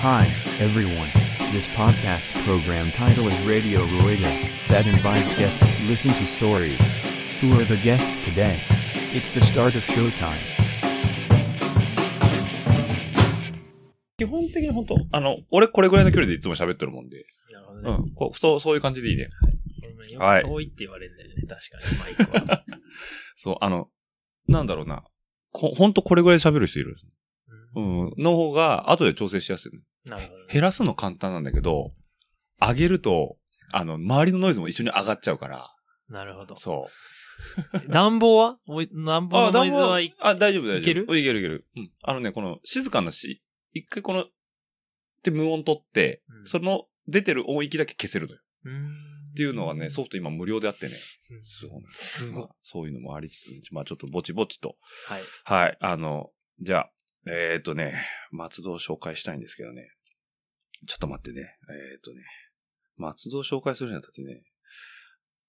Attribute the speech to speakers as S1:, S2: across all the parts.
S1: Hi, everyone. This podcast program title is Radio Rueda, that invites guests to listen to stories. Who are the guests today? It's the start of showtime.
S2: 基本的に本当あの、俺これぐらいの距離でいつも喋ってるもんで。
S3: なるほど
S2: う
S3: ね。
S2: ん。こうそう、そういう感じでいいね。
S3: 俺も
S2: はい
S3: よく遠いって言われるんだよね、確かに、マイクは。
S2: そう、あの、なんだろうな。こ、ほんとこれぐらいで喋る人いる。うん。の方が、後で調整しやすい、ね。
S3: うんなるほどね。
S2: 減らすの簡単なんだけど、上げると、あの、周りのノイズも一緒に上がっちゃうから。
S3: なるほど。
S2: そう。
S3: 暖房はおい暖房のノイズはい
S2: 暖房あ、大丈夫、大丈夫。
S3: いける
S2: うんいけるいける。うん。あのね、この、静かなし、一回この、で無音取って、
S3: うん
S2: その、出てる音域だけ消せるのよ。
S3: っ
S2: っていうのはね、ソ
S3: う
S2: フト今無料であってね。
S3: ん。
S2: そうなんです。
S3: すご
S2: ま
S3: い
S2: あ。そういうのもありつつ、まあちょっとぼちぼちと。
S3: はい。
S2: はい、あの、じゃあ、えっ、ー、とね、松戸を紹介したいんですけどね。ちょっと待ってね。えっ、ー、とね、松戸を紹介するにあたってね、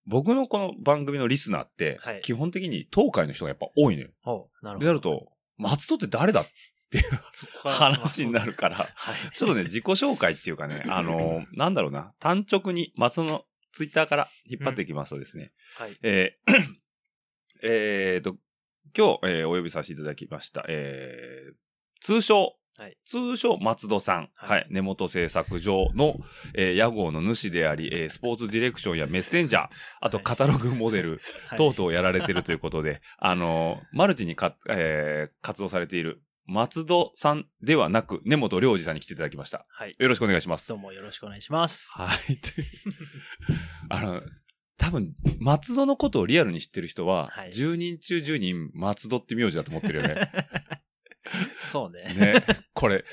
S2: 僕のこの番組のリスナーって
S3: はい、
S2: 基本的に東海の人がやっぱ多いのよ。
S3: ほう、なるほ
S2: で
S3: ど。
S2: なると、松戸って誰 だっていう
S3: そこから
S2: 話にな。るから、
S3: はい。
S2: ちょっとね、自己紹介っていうかね、あ の、なんだろうな、単直に松戸のツイッターから引っ張っていきますとですね、
S3: はい。
S2: えー えーと、今日、えーお呼びさせていただきました、えー通称、
S3: はい
S2: 通称松戸さん、
S3: は
S2: はいい、根本製作所の、えー屋号の主であり、えースポーツディレクションやメッセンジャー、あと
S3: はい
S2: カタログモデル、
S3: はい
S2: 等々やられてるということ で、あのーマルチにか、えー活動されている松戸さんではなく、根本良二さんに来ていただきました。
S3: はい。
S2: よろしくお願いします。
S3: どうもよろしくお願いします。
S2: はい。 というあの、多分、松戸のことをリアルに知ってる人は、
S3: はい
S2: 10人中10人、松戸って名字だと思ってるよ ね。
S3: そうね。
S2: ね。これ、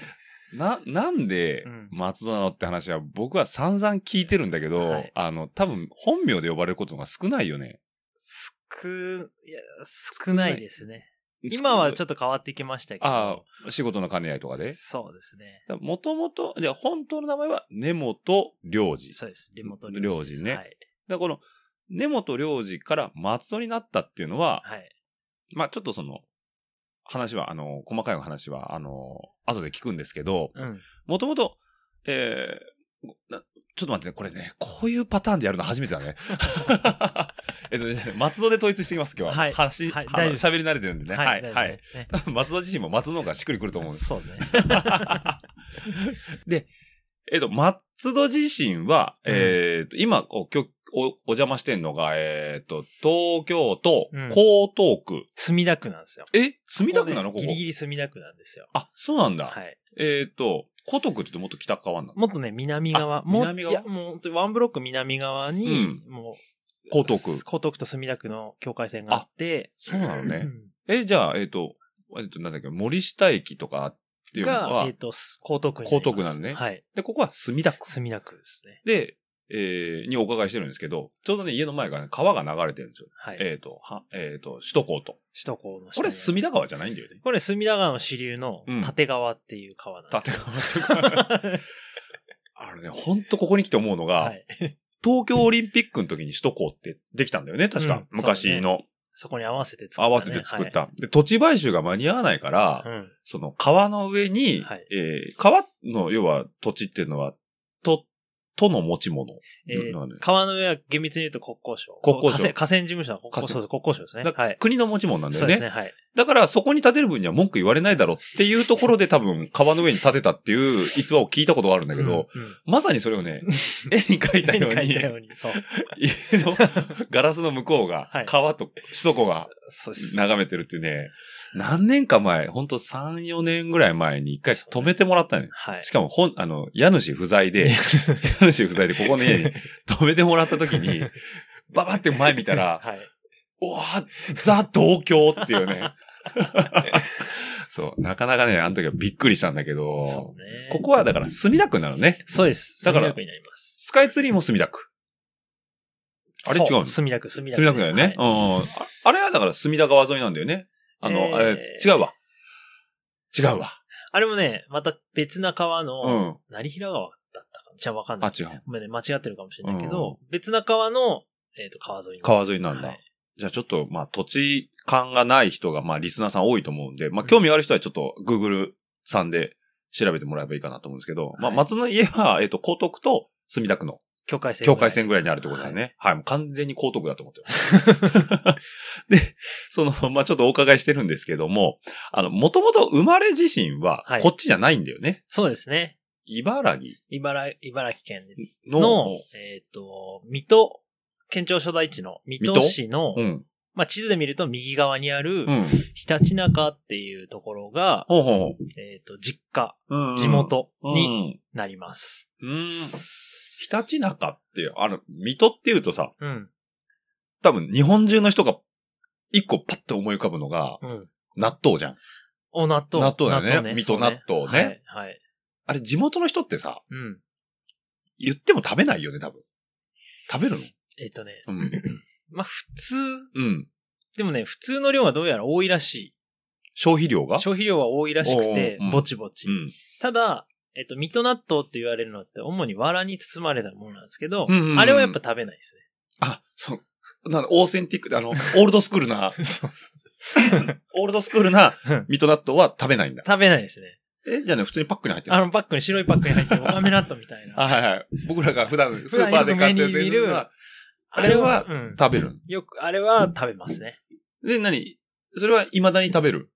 S2: な、なんで
S3: うん
S2: 松戸なのって話は僕は散々聞いてるんだけど、
S3: はい
S2: あの、多分本名で呼ばれることが少ないよね。
S3: 少、いや、少ないですね。今はちょっと変わってきましたけど。
S2: ああ、仕事の兼ね合いとかで。
S3: そうですね。
S2: もともと、じゃあ本当の名前は根本良二。
S3: そうです。リモート
S2: 領事ね
S3: はい。
S2: だからこの、根本良二から松戸になったっていうのは、
S3: はい。
S2: まあちょっとその、話は、あの、細かいお話は、あの、後で聞くんですけど、
S3: うん。
S2: もともと、えーごなちょっと待ってね、これね、こういうパターンでやるの初めてだ ね。えっとね、松戸で統一していきます、今日は。
S3: はい
S2: 話、
S3: はい
S2: 話
S3: 大丈夫です
S2: 喋り慣れてるんでね。はい、
S3: 大丈夫
S2: はい。
S3: ね
S2: 多分 松戸自身も松戸の方がしっくりくると思うんです。
S3: そうね。
S2: で、えっと、松戸自身は、
S3: うん
S2: えっと、今、こう今日お、お邪魔してんのが、えっと、東京都
S3: うん
S2: 江東区。
S3: 墨田区なんですよ。
S2: え墨田区なのここ
S3: ギ。リギリ墨田区なんですよ。
S2: あ、そうなんだ。
S3: はい。
S2: えっ、と、古徳って言うともっと北側なの
S3: もっとね、南側。
S2: あ
S3: もう
S2: 南側
S3: いや、もう本当にワンブロック南側に、もう、
S2: 江東
S3: す
S2: 区。
S3: 江東区と墨田区の境界線があって、
S2: そうなの
S3: う
S2: ね。
S3: ん
S2: え、じゃあ、えっ、と、えっ、と、なんだっけ、森下駅とかっていうの
S3: が、
S2: は
S3: えっ、、と、す江東区になります
S2: 江東区なのね
S3: はい。
S2: で、ここは墨田区。
S3: 墨田区ですね。
S2: で、えーにお伺いしてるんですけど、ちょうどね、家の前がね、川が流れてるんですよ。
S3: はい。
S2: えっ、と、は、えっ、と、首都高と。
S3: 首都高の下
S2: こ
S3: にあ
S2: れ
S3: る
S2: 墨田川じゃないんだ よね。
S3: これ墨田川の支流の
S2: うん
S3: 立川っていう川なんです
S2: 縦川とか。あのね、ほんとここに来て思うのが、
S3: はい。
S2: 東京オリンピックの時に首都高ってできたんだよね、確か。
S3: うん
S2: 昔の、
S3: そこに合わせて作った、ね。
S2: 合わせて作っ
S3: は
S2: た、で、土地買収が間に合わないから、
S3: い。うん。
S2: その川の上に、
S3: はい
S2: えー川の、要は土地っていうのは、と、都の持ち物。
S3: えー
S2: なんで
S3: 川の上は厳密に言うと国交省。
S2: 国交省
S3: 河川河川事務所の国交省国交省ですね。
S2: だ
S3: はい。
S2: 国の持ち物なんだ
S3: そ
S2: よ
S3: うで
S2: ね
S3: すね、はい。
S2: だからそこに建てる分には文句言われないだろうっていうとこ ろで多分川の上に建てたっていう逸話を聞いたことがあるんだけど、
S3: うん、うん
S2: まさにそれを ね、絵に描いたよう
S3: 絵に
S2: に
S3: 描いた、ように。そう。
S2: 家の ガラスの向こうが
S3: はい
S2: 川と首都高が
S3: そうです。
S2: 眺めてるっていうね、何年か前、ほんと3、4年ぐらい前に一回止めてもらったのよ。
S3: はい
S2: し。かも、ほん、あの、家主不在 で、家主不在でここの家に止めてもらった時に、ババって前見た ら、
S3: はい。
S2: うわーザ東京っていう ね。そう、なかなかね、あの時はびっくりしたんだけど、
S3: そうね。
S2: ここはだから墨田区なのね。
S3: そうです。
S2: だから
S3: 墨田区になります。
S2: スカイツリーも墨田区。あれ違う
S3: そ
S2: の
S3: 墨田区、墨田区
S2: 墨
S3: で
S2: 田
S3: す。
S2: 区だよね。うんうん。ああれはだから墨田川沿いなんだよね。あの、
S3: えー
S2: あれ違うわ。違うわ。
S3: あれもね、また別な川
S2: う
S3: の、
S2: ん。
S3: 成平川だったかなじゃあわかんな
S2: あ
S3: い、。
S2: 違う。
S3: ごめんね、間違ってるかもしれないけど、別な川の、えっ、と、川沿いに
S2: 川沿いなんだ。
S3: はい
S2: じゃあちょっと、まあ、土地感がない人が、まあ、リスナーさん多いと思うんで、まあ、興味がある人はちょっと、Google さんで調べてもらえばいいかなと思うんですけど、まあ、
S3: はい
S2: 松の家は、えっ、と、江東区と墨田区の
S3: 境界線。
S2: 境界線ぐらいにあるってことだよ。ね。はい、もう完全に江東区だと思ってます。 で、その、まあ、ちょっとお伺いしてるんですけども、あの、もともと生まれ自身は
S3: は、い
S2: こっちじゃないんだよね。
S3: そうですね。
S2: 茨城
S3: 茨、茨城県
S2: の、
S3: の、えっ、と、水戸、県庁所在地の水戸市の、
S2: うん、
S3: まあ、地図で見ると右側にある
S2: う、ん。
S3: ひたちなかっていうところが、
S2: ほうほうほ
S3: えっ、と、実家、
S2: ううん。
S3: 地元に
S2: に、
S3: なります。
S2: うん。うんひたちなかって、あの、水戸っていうとさ、
S3: うん。
S2: 多分日本中の人が、一個パッと思い浮かぶのが、
S3: うん。
S2: 納豆じゃん。
S3: お、納豆。
S2: 納豆だよね水戸
S3: そう
S2: 納豆ね。
S3: はい。はい。
S2: あれ、地元の人ってさ、
S3: うん。
S2: 言っても食べないよね、多分。食べるの
S3: えっ、とね、
S2: うん。
S3: まあ、普通、
S2: うん。
S3: でもね、普通の量はどうやら多いらし
S2: 消費量が
S3: い。消費量は多いらしくて
S2: おうおううん、
S3: ぼちぼち
S2: う。ん。
S3: ただ、えっと、水戸納豆って言われるのって、主に藁に包まれたものなんですけど、
S2: うんうんうん
S3: あれはやっぱ食べないです
S2: あ、そう。なんだオーセンティックで、あの、オールドスクール な、
S3: ね。そう
S2: オールドスクールな
S3: うん
S2: ミトナットは食べないんだ。
S3: 食べないですね。
S2: え、じゃあね、普通にパックに入ってる。
S3: あのパックに、白いパックに入ってるオカメ納豆みたいな。
S2: あ、はいはい。僕らが普段スーパーで買って
S3: 普段よく目に見
S2: る
S3: る
S2: のは
S3: あれ
S2: あ
S3: は、
S2: れ
S3: うん。
S2: 食べる。
S3: よく、あれは食べますね。
S2: で、何それは未だに食べる。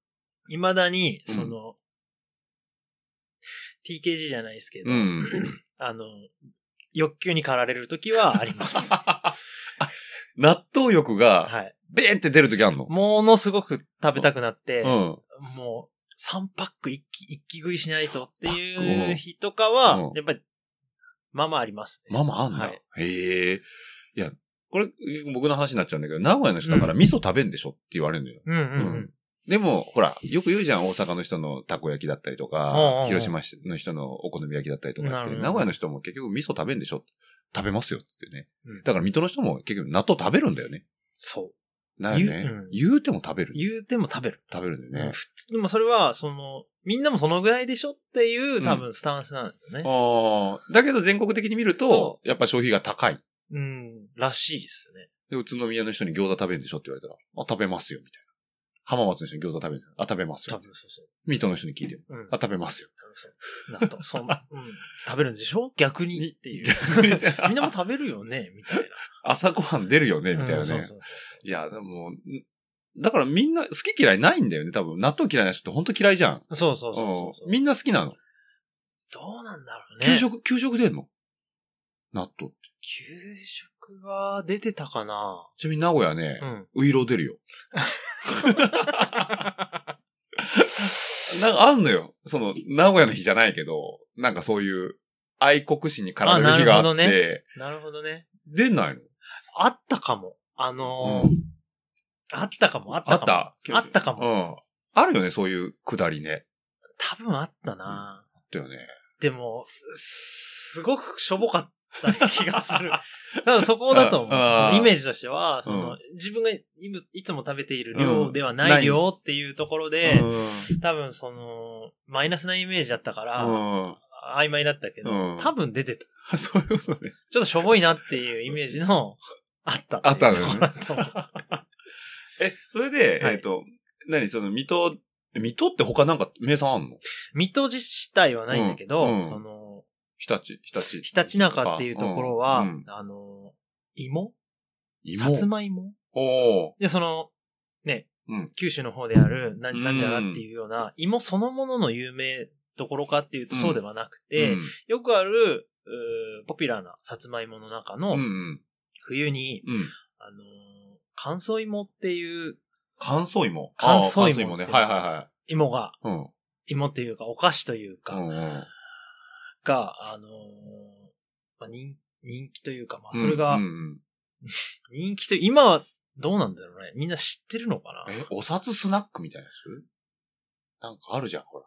S3: 未だに、
S2: うん
S3: その、TKG じゃないですけど、
S2: うん。
S3: あの、欲求に駆られる時はあり ます。は
S2: あ納豆欲が、
S3: い。
S2: ベーンって出るときあんの
S3: ものすごく食べたくなって、
S2: うん。
S3: もう、3パック一気、一気食いしないとって
S2: 三パック
S3: いううん日とかは
S2: うん、
S3: やっぱり、まあまあありますね。
S2: まあまああんだ。
S3: はい
S2: へえ。いや、これ、僕の話になっちゃうんだけど、名古屋の人だから味噌食べんでしょって言われるのよ。
S3: うんうんう。
S2: うんでも、ほら、よく言うじゃん、大阪の人のたこ焼きだったりと
S3: うんうんう
S2: か
S3: ん、
S2: 広島の人のお好み焼きだったりとか
S3: な
S2: っ
S3: る
S2: て、
S3: ほど
S2: 名古屋の人も結局味噌食べんでしょ食べますよっつってね
S3: うん。
S2: だから、水戸の人も結局納豆食べるんだよね。
S3: そ
S2: なるね
S3: 言ううん
S2: 言うても食べる
S3: う。。言うても食べる。
S2: 食べるんだよね。
S3: 普通、でもそれは、その、みんなもそのぐらいでしょっていう、多分スタンスなんだよね。
S2: ああ、だけど全国的に見ると
S3: そ、
S2: やっぱ消費が高い。
S3: うん、らしいですね。
S2: で、宇都宮の人に餃子食べるんでしょって言われたら、あ、食べますよ、みたいな。浜松の人に餃子食べるんでしょあ、食べます
S3: 多
S2: よ。
S3: 分そうそ
S2: 水戸の人に聞いても。
S3: う。うん。
S2: あ、食べますよ。
S3: 多分そう。納豆、そんな、うん。食べるんでしょ逆にっていう。 みん なも食べるよねみたい
S2: 朝ごはん出るよね、
S3: な。
S2: みたい
S3: うん
S2: な
S3: そう
S2: ね
S3: そう。そう
S2: いや、でも、んだからみんな好き嫌いないんだよね、多分。納豆嫌いな人って本当嫌いじゃん。
S3: そうそうそうそう
S2: うん。みんな好きなの。
S3: どうなんだろうね。
S2: 給食、給食出んの納豆。
S3: 給食は出てたかな
S2: ちなみに名古屋ね
S3: う、ん。
S2: ういろう出る よ。なんかあんのよ。その、名古屋の日じゃないけど、なんかそういう愛国心に駆られる日があ
S3: あなる
S2: っ
S3: ほど
S2: て、
S3: なるほどね。
S2: 出ないの
S3: あったかも。あのー
S2: うん
S3: あったかも、あっ
S2: あっ
S3: たかも。
S2: た
S3: あったかも
S2: うん。あるよね、そういうくだりね。
S3: 多分あったな、
S2: あったよね。
S3: でも、すごくしょぼかった気が する。多分そこだと思う。そ
S2: ああ
S3: のイメージとしては、その
S2: うん
S3: 自分がいいつも食べている量ではない量っていうところで、多分その、マイナスなイメージだったから、
S2: うん。
S3: 曖昧だったけど、
S2: うん
S3: 多分出てた。
S2: あ そういうことね。
S3: ちょっとしょぼいなっていうイメージの、あったていう
S2: あったんですね
S3: ところだと思う
S2: え、それで、
S3: はい
S2: えっ、と、何その、水戸、水戸って他なんか名産あんの
S3: 水戸自体はないんだけど、
S2: うんうん
S3: その、
S2: 日立、日立。
S3: ひたちなかっていうところは、
S2: うんうん
S3: あの、芋
S2: 芋。
S3: さつまいも
S2: おー
S3: で、その、ね、
S2: うん
S3: 九州の方である、な
S2: うん
S3: なんちゃらっていうような、芋そのものの有名どころかっていうと
S2: うん
S3: そうではなくて、
S2: うん
S3: よくある、うーポピュラーなさつまいもの中の
S2: うん、うん。
S3: 冬に、
S2: うん。
S3: あのー、乾燥芋っていう
S2: 乾燥芋。
S3: 乾
S2: あ
S3: 燥芋
S2: ー乾燥芋ね。はいは
S3: 芋が、
S2: いはい。
S3: 芋っていうかお菓子というか、
S2: うん。うんうん。
S3: が、あのーまあ、人人気というか、まあ、
S2: うん
S3: それが
S2: うんうん
S3: 人気と、今はどうなんだろうね。みんな知ってるのかな
S2: え、お札スナックみたいなやつなんかあるじゃん、ほら。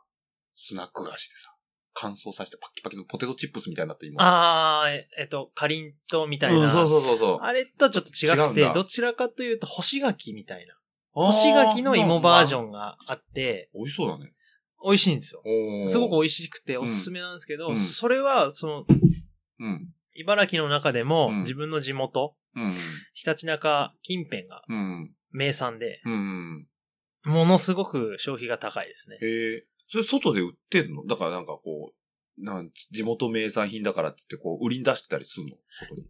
S2: スナック菓子でさ。乾燥させてパキパキのポテトチップスみたいになった芋。
S3: あー、ええっと、かりんとうみたいな。
S2: うん、そうそうそうそう。
S3: あれとはちょっと違
S2: 違うん
S3: くて
S2: だ、
S3: どちらかというと干し柿みたいな。
S2: 干
S3: 干し柿の芋バージョ
S2: ン。
S3: ンがあって、
S2: 美味しそうだね。
S3: 美味しいんですよ。
S2: おー
S3: すごく美味しくておすすめなんですけど、
S2: うん
S3: それは、その、
S2: うん。
S3: 茨城の中でも
S2: うん
S3: 自分の地元、
S2: うん。
S3: ひたちなか近辺が
S2: うん。
S3: 名産で、
S2: うん。
S3: ものすごく消費が高いですね。
S2: へえ。それ外で売ってんのだからなんかこう、なん地元名産品だからっつってこう、売りに出してたりするの外に。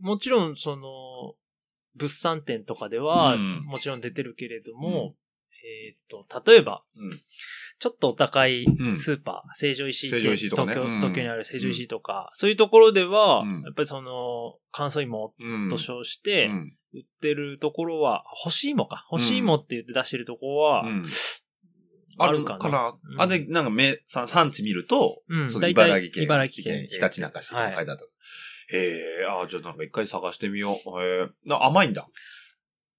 S3: もちろん、その、物産展とかでは、
S2: うん
S3: もちろん出てるけれど
S2: う
S3: も、えーっと、例えば、
S2: うん。
S3: ちょっとお高い
S2: うん
S3: スーパー、成城石井って
S2: 成城石井とかね
S3: 東京、
S2: うん
S3: 東京にある成城石井とか、そういうところでは、
S2: うん
S3: やっぱりその、乾燥芋
S2: うん。
S3: と称して
S2: う、ん。
S3: 売ってるところは、干し芋か。干し芋って言って出してるところは、
S2: うん
S3: あ
S2: あ
S3: る
S2: る
S3: かな
S2: かな
S3: うん
S2: あ、で、なんか名産、産地見ると、
S3: うん
S2: その
S3: 大体
S2: 茨城県、
S3: 茨城県
S2: ひたちなか市とか
S3: はい
S2: 書いてあった。ええあじゃあなんか一回探してみよう。えーな甘いんだ。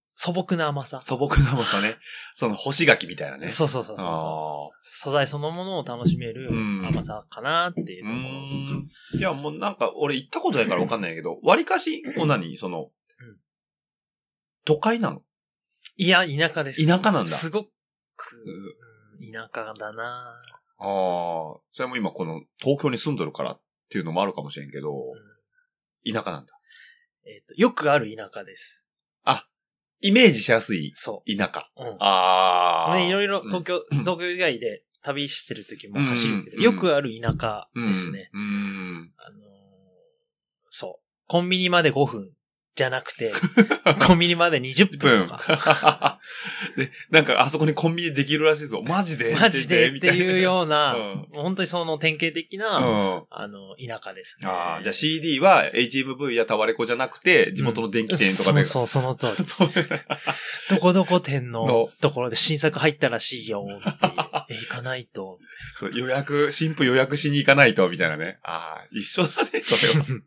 S3: 素朴な甘さ。
S2: 素朴なもさね。 その干し柿みたいなね。
S3: そうそうそうそうそう。
S2: あ
S3: 素材そのものを楽しめる
S2: うん
S3: 甘さかなっていう
S2: ー
S3: と
S2: う
S3: こ
S2: ー
S3: ろ。
S2: ん。いや、もうなんか、俺行ったことないからわかんないけど、割かし、こう何その
S3: うん、
S2: 都会なの
S3: いや、田舎です。
S2: 田舎なんだ
S3: すごく、
S2: うん
S3: うん田舎だな
S2: ああ、それも今この東京に住んどるからっていうのもあるかもしれんけど、田舎なんだ。
S3: えっ、と、よくある田舎です。
S2: あ、イメージしやすい
S3: そ
S2: 田舎。
S3: う。うん。
S2: ああ。
S3: ね、いろいろ
S2: うん
S3: 東 京、東京以外で旅してる時も走るけど、
S2: うん
S3: よくある田舎ですね。
S2: うん。うん
S3: あのーそう。コンビニまで5分じゃな くて、コンビニまで20分とか、
S2: で、なんかあそこにコンビニできるらしいぞ。マジで
S3: マジでっていう。ような、
S2: うん
S3: 本当にその典型的
S2: みた
S3: な、
S2: いなうん。
S3: あの、田舎ですね。
S2: ああ、じゃあ CD は HMV やタワレコじゃなくて、地元の電気店とかで。
S3: そうそう、その通 り。
S2: そう
S3: どこどこ店の
S2: の
S3: ところで新作入ったらしいよっていう。え、行かないと。
S2: 予約、新婦予約しに行かないと、みたいなね。ああ、一緒だね、そ れは。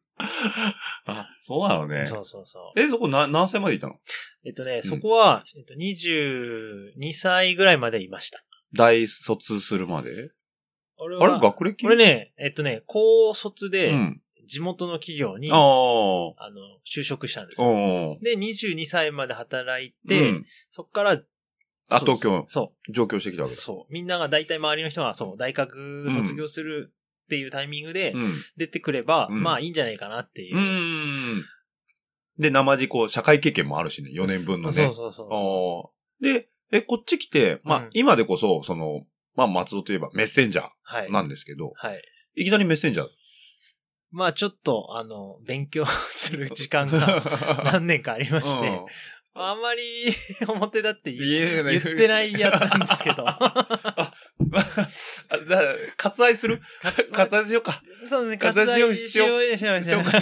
S2: あ、そうなのね。
S3: そうそうそう。
S2: え、そこな何歳までいたの
S3: えっとね、そこは、えっと、22歳ぐらいまでいました。
S2: 大卒するまで
S3: 俺
S2: あれ
S3: は、
S2: 学歴
S3: 俺ね、えっとね、高卒
S2: う
S3: で、
S2: ん。
S3: 地元の企業に、
S2: あ
S3: あ
S2: あ。
S3: の、就職したんですよ。
S2: うん。
S3: で、22歳まで働い
S2: うん
S3: て、、そっから、
S2: あ、
S3: そうで
S2: 東
S3: す
S2: 京、
S3: そ
S2: 上京してきた
S3: う。
S2: わけだ。
S3: そう。みんなが大体周りの人が、そう、大学卒業するっていうタイミングで
S2: うん。
S3: 出てくれば、
S2: うん
S3: まあいいんじゃないかなっていう
S2: う。ーん。で、生地こう、社会経験もあるしね、4年分のね。
S3: そうそうそう。
S2: あーで、え、こっち来て、まあ、
S3: うん
S2: 今でこそ、その、まあ、松戸といえばメッセンジャ
S3: はい。
S2: ーなんですけど、
S3: はい。
S2: い、きなりメッセンジャー。
S3: まあちょっと、あの、勉強する時間 が何年かありまして、
S2: うん
S3: あんまり 表立って言い
S2: 言え。
S3: 言ってない いやつなんですけど、
S2: あだから割愛する割愛しようか。
S3: そうですね、
S2: 雑誌を
S3: しようしようし
S2: し
S3: よ
S2: よ
S3: う
S2: うか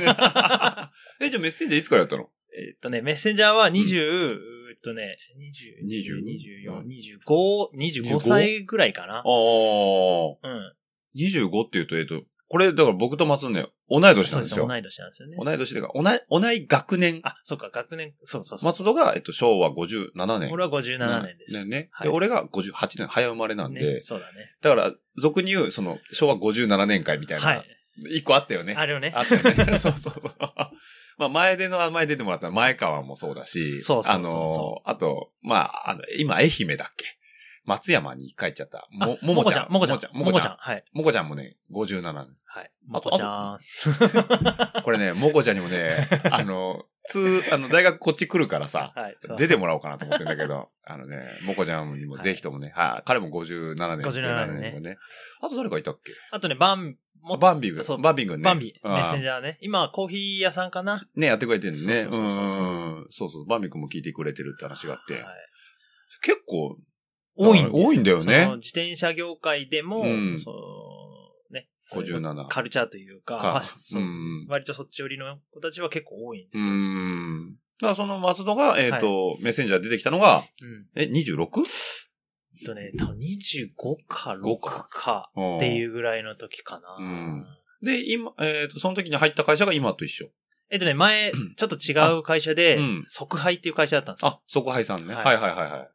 S2: ね え、じゃあメッセンジャーいつからやったの
S3: えっとね、メッセンジャーは20、えっとね、20、
S2: 20
S3: 24、25、25歳ぐらいかな
S2: あ。あ。
S3: うん。
S2: 25って言うと、えっと、これ、だから僕と松ね、同い年
S3: そ
S2: な
S3: うんで
S2: ですす
S3: ね、
S2: よ。
S3: 同い年なんですよね。
S2: 同い年だから、同い、同い学年。
S3: あ、そうか、学年、そうそうそう。
S2: 松戸が、えっと、昭和57年。
S3: 俺は57年です。
S2: ねね
S3: はい
S2: で、俺が58年、早生まれなんで、
S3: ねそうだね。
S2: だから、俗に言う、その、昭和57年会みたいな、
S3: はい。
S2: 一個あったよね。
S3: あれをね。
S2: あったよね。 そうそうそう。まあ、前での、前出てもらった前川もそうだし、
S3: そうそうそう
S2: あの、あと、まあ、あの、今、愛媛だっけ松山に帰っちゃった、も、ももちゃん。
S3: もこちゃん。も
S2: も
S3: こ
S2: こ
S3: ち
S2: ちゃ
S3: ゃ
S2: ん。。
S3: んはい。
S2: もこちゃんもね、57年。
S3: はい。も
S2: あと
S3: こちゃん。
S2: これね、もこちゃんにも ね、あの、通、あの、大学こっち来るからさ、
S3: はい。そう
S2: 出てもらおうかなと思ってんだけ ど、あのね、もこちゃんにもぜひともね、はい、彼も57年。
S3: 57年ね
S2: 57ね。あと誰かいたっけ
S3: あとね、バン、も
S2: バンビグ
S3: そう。
S2: バンビグね。
S3: バンビ、メ
S2: うん
S3: ッセンジャーね。今、コーヒー屋さんかな
S2: ね、やってくれてるね。
S3: そ
S2: う。
S3: うそうそうそうん
S2: そうそう、バンビ君も聞いてくれてるって話があって
S3: はい。
S2: 結構、
S3: 多いんです
S2: 多いんだよね
S3: その自転車業界でも、
S2: うん
S3: その、ね。
S2: 57
S3: カルチャーというか、ファ
S2: か
S3: ッシ。
S2: う
S3: ョン
S2: ん。
S3: 割とそっち寄りの子たちは結構多いんです
S2: う
S3: よ。
S2: ん。だからその松戸が、えっと、メッセンジャー出てきたのが、
S3: うん
S2: え、26?
S3: えっとね、多分25か6
S2: 5か
S3: か
S2: っ。
S3: っていううぐらいの時かな。
S2: うんで、今、えっと、その時に入った会社が今と一緒。
S3: えっと ね、前、ちょっと違う会社で
S2: あうん、
S3: 即配っていう会社だったんですよ。
S2: あ、即配さんね。
S3: は
S2: はいいはいはいはい。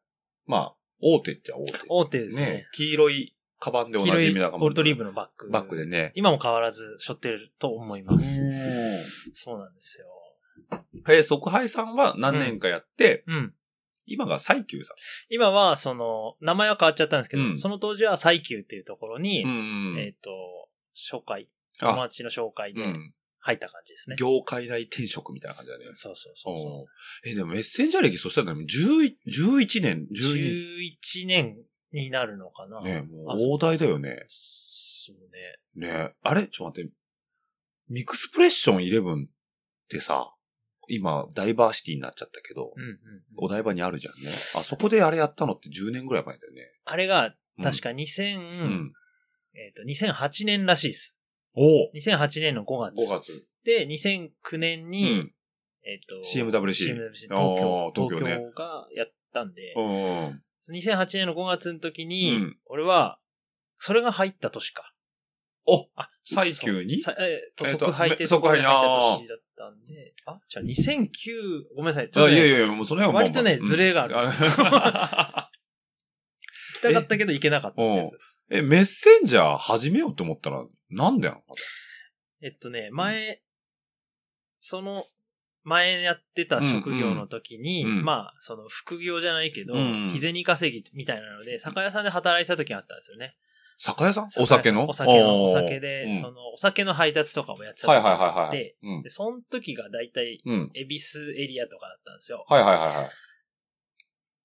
S2: まあ、大手っちゃ大手。
S3: 大手です
S2: ね
S3: ね。
S2: 黄色いカバンでお
S3: 黄
S2: な
S3: 色
S2: じ
S3: い
S2: みだから。
S3: オルトリーブのバッグ。
S2: バッグでね。
S3: 今も変わらず背負ってると思います。そうなんですよ。
S2: え、即配さんは何年かやって、
S3: うん。
S2: 今が最級さ
S3: 今は、その、名前は変わっちゃったんですけど、
S2: うん
S3: その当時は最級っていうところに、
S2: ん。うん
S3: えっ、と、紹介、
S2: あ
S3: 友達の紹介
S2: う
S3: で
S2: ん。
S3: 入った感じですね。
S2: 業界大転職みたいな感じだね。
S3: そうそうそうそ
S2: おーえ、でもメッセンジャー歴そしたらね11、11年、
S3: う。
S2: 12
S3: 11年になるのかな。
S2: ねも
S3: あ
S2: う大台だよね。
S3: そうね。
S2: ねあれちょっと待って。ミクスプレッション11ってさ、今、ダイバーシティになっちゃったけど、
S3: うんうんうん、
S2: お台場にあるじゃんね。あそこであれやったのって10年ぐらい前だよね。
S3: あれが、確
S2: か
S3: か2000、
S2: うん。
S3: えっ、と、2008年らしいです。
S2: お
S3: 2008年の5
S2: 5
S3: 月。
S2: 月。
S3: で、2009年
S2: う
S3: に、
S2: ん。
S3: えっ、と、
S2: CMWC
S3: CMWC
S2: あー
S3: 東京、
S2: 東京
S3: 東京,、
S2: ね
S3: がやったんで、
S2: うん。
S3: 2008年の5月の時に、
S2: うん
S3: 俺は、それが入った年か。
S2: お
S3: あ、
S2: 最急に
S3: そうさえーと
S2: えーと
S3: 即配って
S2: 即配
S3: に
S2: に
S3: 入った年だったんで、あ、じゃあ2009、ごめんなさい。ち
S2: あ、
S3: ょっと
S2: い
S3: ね
S2: やいやいや、もうそれはもう。
S3: 割とね
S2: うん
S3: ズレがある
S2: あ
S3: 行きたかったけど行けなかったやつです。
S2: え、メッセンジャー始めようって思ったら、なんでなのか
S3: えっとね、前、その、前やってた職業の時に、
S2: うんうんうん
S3: まあ、その副業じゃないけど、
S2: うんうん
S3: 日銭稼ぎみたいなので、酒屋さんで働いてた時があったんですよね。
S2: 酒屋さんお酒の
S3: お酒の、
S2: おー
S3: お酒で、
S2: うん
S3: その、お酒の配達とかもやってた
S2: はい
S3: 時
S2: はい
S3: が
S2: はい
S3: あっ
S2: は
S3: て、
S2: い。うん。
S3: で、その時が大体、
S2: うん。
S3: 恵比寿エリアとかだったんですよ。
S2: はいはいはいはい。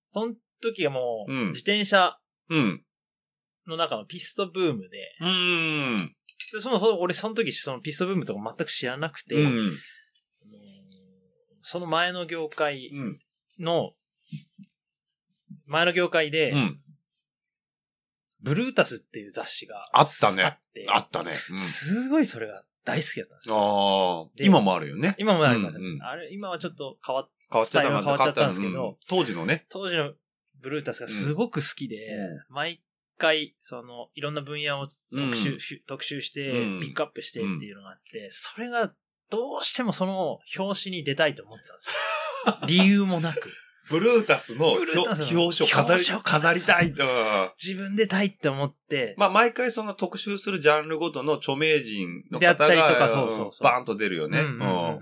S3: その時がもう、
S2: うん
S3: 自転車
S2: うん。
S3: の中のピストブームで、
S2: うーん。
S3: でそもそも俺その時そのピストブームとか全く知らなくて、
S2: うん。
S3: あのーその前の業界
S2: うん。
S3: の、前の業界で、
S2: うん。
S3: ブルータスっていう雑誌が
S2: あったね
S3: あって、
S2: あったね。うん。
S3: すごいそれが大好きだったんですよ。
S2: ああ、
S3: で
S2: 今もあるよね。
S3: 今もありますね、
S2: うんうん
S3: あれ、今はちょっと変わっ
S2: 変わっちゃった
S3: スタイルが変わっちゃったんですけど
S2: う当時のね。
S3: 当時のブルータスがすごく好きで、毎回、その、いろんな分野を特集、し特集して、
S2: うん
S3: ピックアップしてっていうのがあって、それが、どうしてもその表紙に出たいと思ってたんで すよ。理由もなく。
S2: ブルータスの
S3: ブルータスの
S2: ひょ表紙を飾り
S3: 表紙を
S2: 飾
S3: 飾
S2: り
S3: り
S2: た
S3: た
S2: い
S3: い。
S2: うん
S3: 自分で出たいって思って、
S2: まあ、毎回その特集するジャンルごとの著名人の
S3: であ
S2: 方
S3: った
S2: が、
S3: りとかそうそうそう
S2: バーンと出るよね。
S3: うんうんうんうん
S2: うん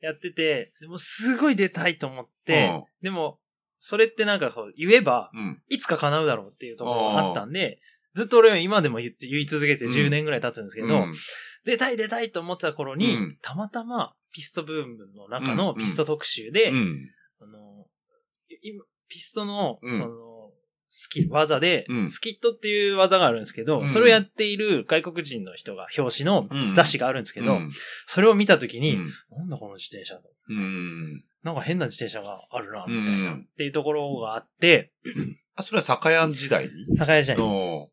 S3: やってて、でもすごい出たいと思って、でも、それってなんかこう言えば、
S2: うんうん
S3: いつか叶うだろうっていうところがあったんで、ずっと俺は今でも言って、言い続けて10年ぐらい経つんですけど、
S2: うん
S3: 出たい出たいと思ってた頃に、
S2: うん
S3: たまたまピストブームの中
S2: う
S3: の
S2: んうん
S3: ピスト特集で、
S2: うん
S3: あの今ピストの,、
S2: うん
S3: そのスキル、技で、
S2: うん
S3: スキットっていう技があるんですけど、
S2: うん
S3: それをやっている外国人の人が表紙の
S2: うん
S3: 雑誌があるんですけど、
S2: うん
S3: それを見た時に、
S2: うん
S3: なんだこの自転車
S2: うん
S3: なんか変な自転車があるな、
S2: う
S3: みたいな、っ
S2: ん。
S3: ていうところがあって、
S2: あ、それは酒屋時代に
S3: 酒屋時代に
S2: うん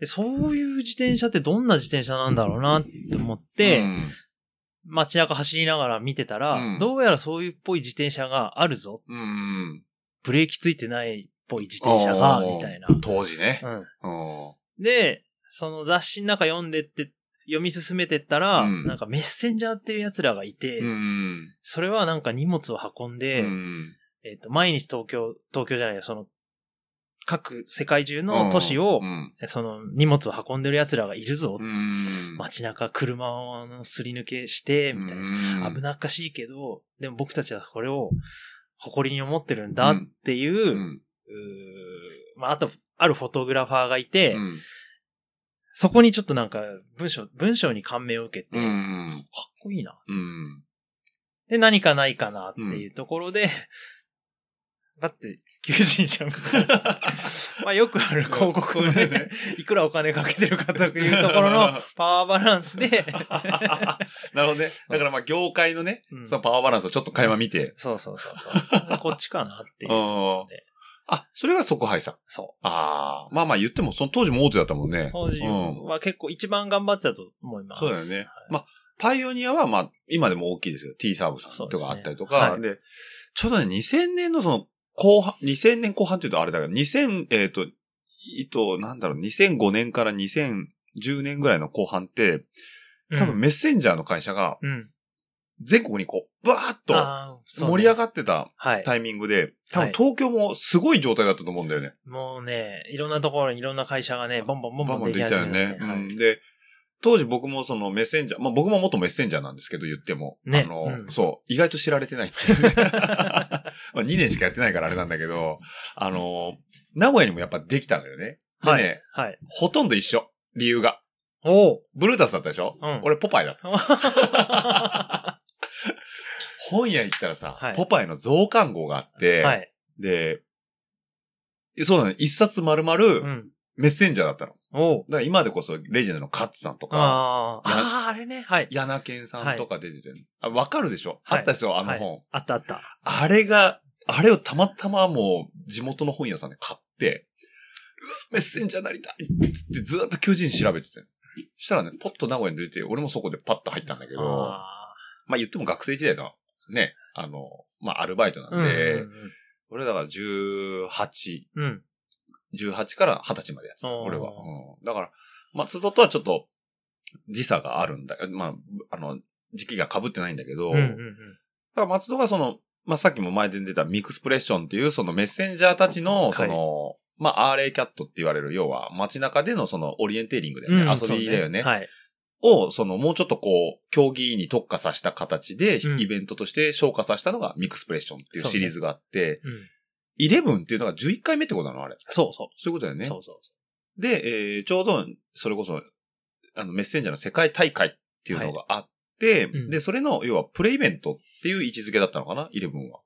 S3: でそういう自転車ってどんな自転車なんだろうなって思って、
S2: うん
S3: 街中走りながら見てたら、
S2: うん
S3: どうやらそういうっぽい自転車があるぞ。
S2: うん。
S3: ブレーキついてないっぽい自転車が、
S2: うん
S3: みたいな。
S2: 当時ね。
S3: うん
S2: うん
S3: で、その雑誌の中読んでって、読み進めてったら、
S2: うん
S3: なんかメッセンジャーっていう奴らがいて、
S2: うん。
S3: それはなんか荷物を運んで、
S2: うん
S3: えっ、と、毎日東京、東京じゃないよ、その、各世界中の都市を
S2: う、ん
S3: その荷物を運んでる奴らがいるぞ。
S2: うん
S3: 街中車をすり抜けして、みたいな。
S2: な
S3: 危なっかしいけど、でも僕たちはこれを誇りに思ってるんだっていう、
S2: う
S3: うー
S2: ん
S3: まあ、あと、あるフォトグラファーがいて、
S2: うん
S3: そこにちょっとなんか、文章、文章に感銘を受けて、
S2: う
S3: かっ
S2: ん
S3: こいいな。
S2: うん
S3: で、何かないかなっていうところで、 だって、求人者 みたいなまあ、よくある広告の
S2: うん
S3: ね、いくらお金かけてるかというところ のパワーバランスで、
S2: なるほどね。だからまあ業界のね、
S3: うん
S2: そのパワーバランスをちょっと垣間見て。
S3: そうそうそうそう。こっちかなっていうところで。
S2: あ、それが即配さん。
S3: そ
S2: ああ、まあまあ言っても、その当時も大手だったもんね
S3: う。。当時
S2: うん
S3: は結構一番頑張ってたと思います。
S2: そうだよね。まあ、パイオニアはまあ、今でも大きいですよ。T サーブさんとかあったりとか。
S3: そう
S2: でちょうどね、2000年のその、後半、2000年後半っていうとあれだけど、2000、えっ、と、えっと、なんだろう、2005年から2010年ぐらいの後半って、
S3: うん。
S2: 多分メッセンジャーの会社が
S3: うん。
S2: 全国にこう、バーッと
S3: あー
S2: 盛り上
S3: そうね
S2: がってた
S3: はい。
S2: タイミングで、多
S3: は
S2: 分
S3: い
S2: 東京もすごい状態だったと思うんだよね。
S3: もうね、いろんなところにいろんな会社がね、ボンボンボン
S2: バ
S3: ボ
S2: ンバ
S3: ン
S2: ン
S3: で
S2: で
S3: き
S2: き
S3: 始
S2: たよ
S3: め
S2: ね。
S3: たよ
S2: うん。で、当時僕もそのメッセンジャー、まあ僕も元メッセンジャーなんですけど言っても、
S3: ね
S2: あの、
S3: うん
S2: そう、意外と知られてないって いうねまあ2年しかやってないからあれなんだけど、あの、名古屋にもやっぱできたのよね。でね、
S3: はい。はい。
S2: ほとんど一緒、理由が。
S3: おう
S2: ブルータスだったでしょ、
S3: うん
S2: 俺ポパイだった。
S3: は
S2: 本屋行ったらさ、
S3: はい
S2: ポパイの増刊号があって、
S3: い。
S2: で、そうなの。一冊丸
S3: う
S2: 々
S3: ん。
S2: メッセンジャーだったの。だ
S3: おう。
S2: から今でこそレジェンドのカッツさんとか、
S3: あーあー、あれね。はい。
S2: ヤナケンさんとか出てて、あ、わかるでしょ、
S3: はい
S2: あったでしょあの本、
S3: あったあった。
S2: あれが、あれをたまたまもう地元の本屋さんで買って、うわメッセンジャーなりたいっつってずーっと求人調べてて。したらね、ポッと名古屋に出て、俺もそこでパッと入ったんだけど、
S3: あ
S2: まあ言っても学生時代のね、あの、まあアルバイト
S3: ー
S2: なんで、
S3: うんうん
S2: 俺だから18、
S3: うんうん。
S2: 18から20歳までやってた、
S3: あー
S2: 俺は。うん、だから、松戸とはちょっと時差があるんだ。まあ、あの、時期が被ってないんだけど、
S3: うんうんうん
S2: だから松戸がその、まあ、さっきも前で出たミクスプレッションっていうそのメッセンジャーたちの、
S3: い
S2: その、まあ、アーレイキャットって言われる、要は街中でのそのオリエンテーリングだよね、
S3: うん
S2: 遊びだよね。
S3: そうはい。
S2: を、そのもうちょっとこう、競技に特化させた形で、
S3: うん
S2: イベントとして昇華させたのがミクスプレッションっていう
S3: そうね
S2: シリーズがあって、
S3: うん。
S2: 11っていうのが11回目ってことなのあれ。
S3: そうそ
S2: そういうことだよ
S3: う。
S2: ね。
S3: そうそうそ
S2: で、えーちょうど、それこそ、あの、メッセンジャーの世界大会っていうのがあって、
S3: うん
S2: で、それの、要はプレイベントっていう位置づけだったのかな ?11 は。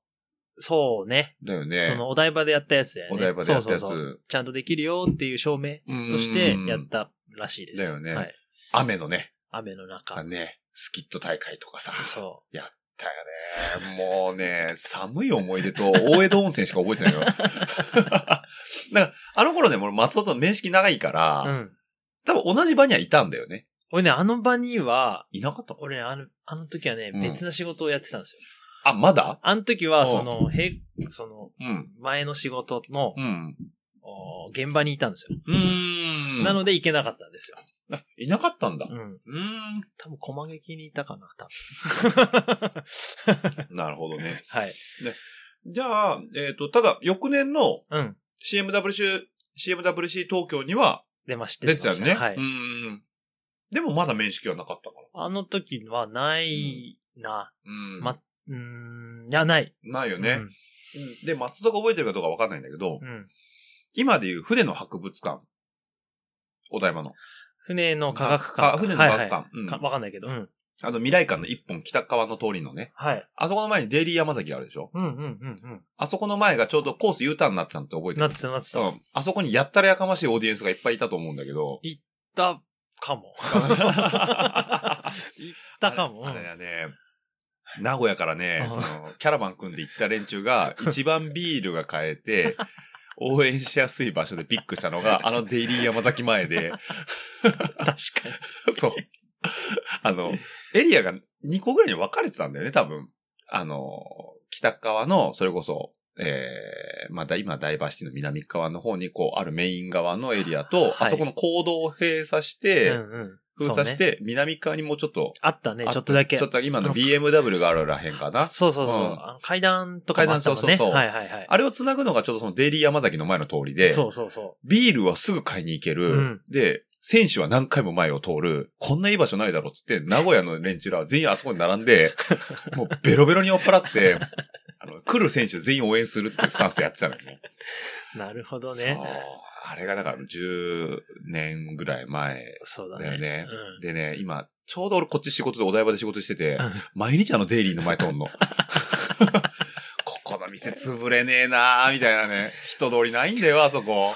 S3: う。そうね。
S2: だよね。
S3: そのお台場でやったやつだよね。
S2: お台場でやったやつ。
S3: そうそうそうちゃんとできるよっていう証明としてやったらしいです。
S2: だよね
S3: はい。
S2: 雨のね、
S3: 雨の中。
S2: ね、スキット大会とかさ。う。
S3: そ
S2: やったよね。もうね、寒い思い出と大江戸温泉しか覚えて ないよ。だから、あの頃ね、もう松戸と面識長いか
S3: う。う
S2: ら、
S3: ん。
S2: 多分同じ場にはいたんだよね。
S3: 俺ね、あの場には、
S2: いなかったの
S3: 俺ね、あの、あの時はね、
S2: うん
S3: 別な仕事をやってたんですよ。
S2: あ、まだ
S3: あの時は、
S2: おう
S3: その、へいその、
S2: うん。
S3: 前の仕事の、
S2: うん。
S3: お現場にいたんですよ。
S2: うーん。
S3: なので行けなかったんですよ。
S2: あ いなかったんだ。
S3: うん。
S2: うーん。
S3: 多分、駒劇にいたかな、多分。
S2: なるほどね。
S3: はい。
S2: じゃあ、えっ、と、ただ、翌年の
S3: うん。
S2: CMWC、CMWC 東京には
S3: 出まして。
S2: 出てたよね。
S3: はい。
S2: うん。でもまだ面識はなかったから。
S3: あの時はないな。
S2: うん
S3: まうーん、いや、ない。
S2: ないよね、うんで、松戸が覚えてるかどうかわかんないんだけど、
S3: うん。うん。
S2: 今でいう船の博物館。お台場の。
S3: 船の科学
S2: あ
S3: 館。
S2: 船の科学館
S3: はいはい
S2: うん
S3: かわかんないけど。うん。
S2: あの、未来館の一本北側の通りのね。
S3: はい。
S2: あそこの前にデイリー山崎があるでしょ
S3: うんうんうん
S2: あそこの前がちょうどコース U ターンになってたのって覚え
S3: うん。
S2: てる
S3: なってたなってた。
S2: うん。あそこにやったらやかましいオーディエンスがいっぱいいたと思うんだけ ど。
S3: だかも。
S2: あ
S3: 行ったかも。
S2: れだね。名古屋からね、
S3: う
S2: そ
S3: ん
S2: の、キャラバン組んで行った連中が、一番ビールが買えて、応援しやすい場所でピックしたのが、あのデイリー山崎前で、
S3: 確かに。
S2: そう。あの、エリアが2個ぐらいに分かれてたんだよね、多分。あの、北側の、それこそ、ええまだ今、ダイバーシティの南側の方に、こう、あるメイン側のエリアと、
S3: はい
S2: あそこの行動を閉鎖して、
S3: うんうん。
S2: 封
S3: そう
S2: 鎖
S3: ね
S2: して、南側にもうちょっと、
S3: あったね、ちょっとだけ。
S2: ちょっと今の BMW があるらへんかな。
S3: そうそうそう。
S2: うん
S3: あの階段とかもあったもんね。
S2: 階段そうそうそう
S3: はいはいはい。
S2: あれを繋ぐのがちょっとそのデイリー山崎の前の通りで、
S3: そうそうそ
S2: ビールはすぐ買いに行ける。
S3: うん
S2: で、選手は何回も前を通る。こんないい場所ないだろっつって、名古屋の連中らは全員あそこに並ん で、もうベロベロに酔っ払って、あの、来る選手全員応援するっていうスタンスでやってたのよね。
S3: う。なるほど
S2: そう
S3: ね。。
S2: あれがだから10年ぐらい前。
S3: そうだ
S2: だよ
S3: ね。
S2: ねでね、今、ちょうど俺こっち仕事でお台場で仕事してて
S3: うん、
S2: 毎日あのデイリーの前通ん の。ここの店潰れねえなーみたいなね。人通りないんだよ、あそこ。
S3: うん。そう。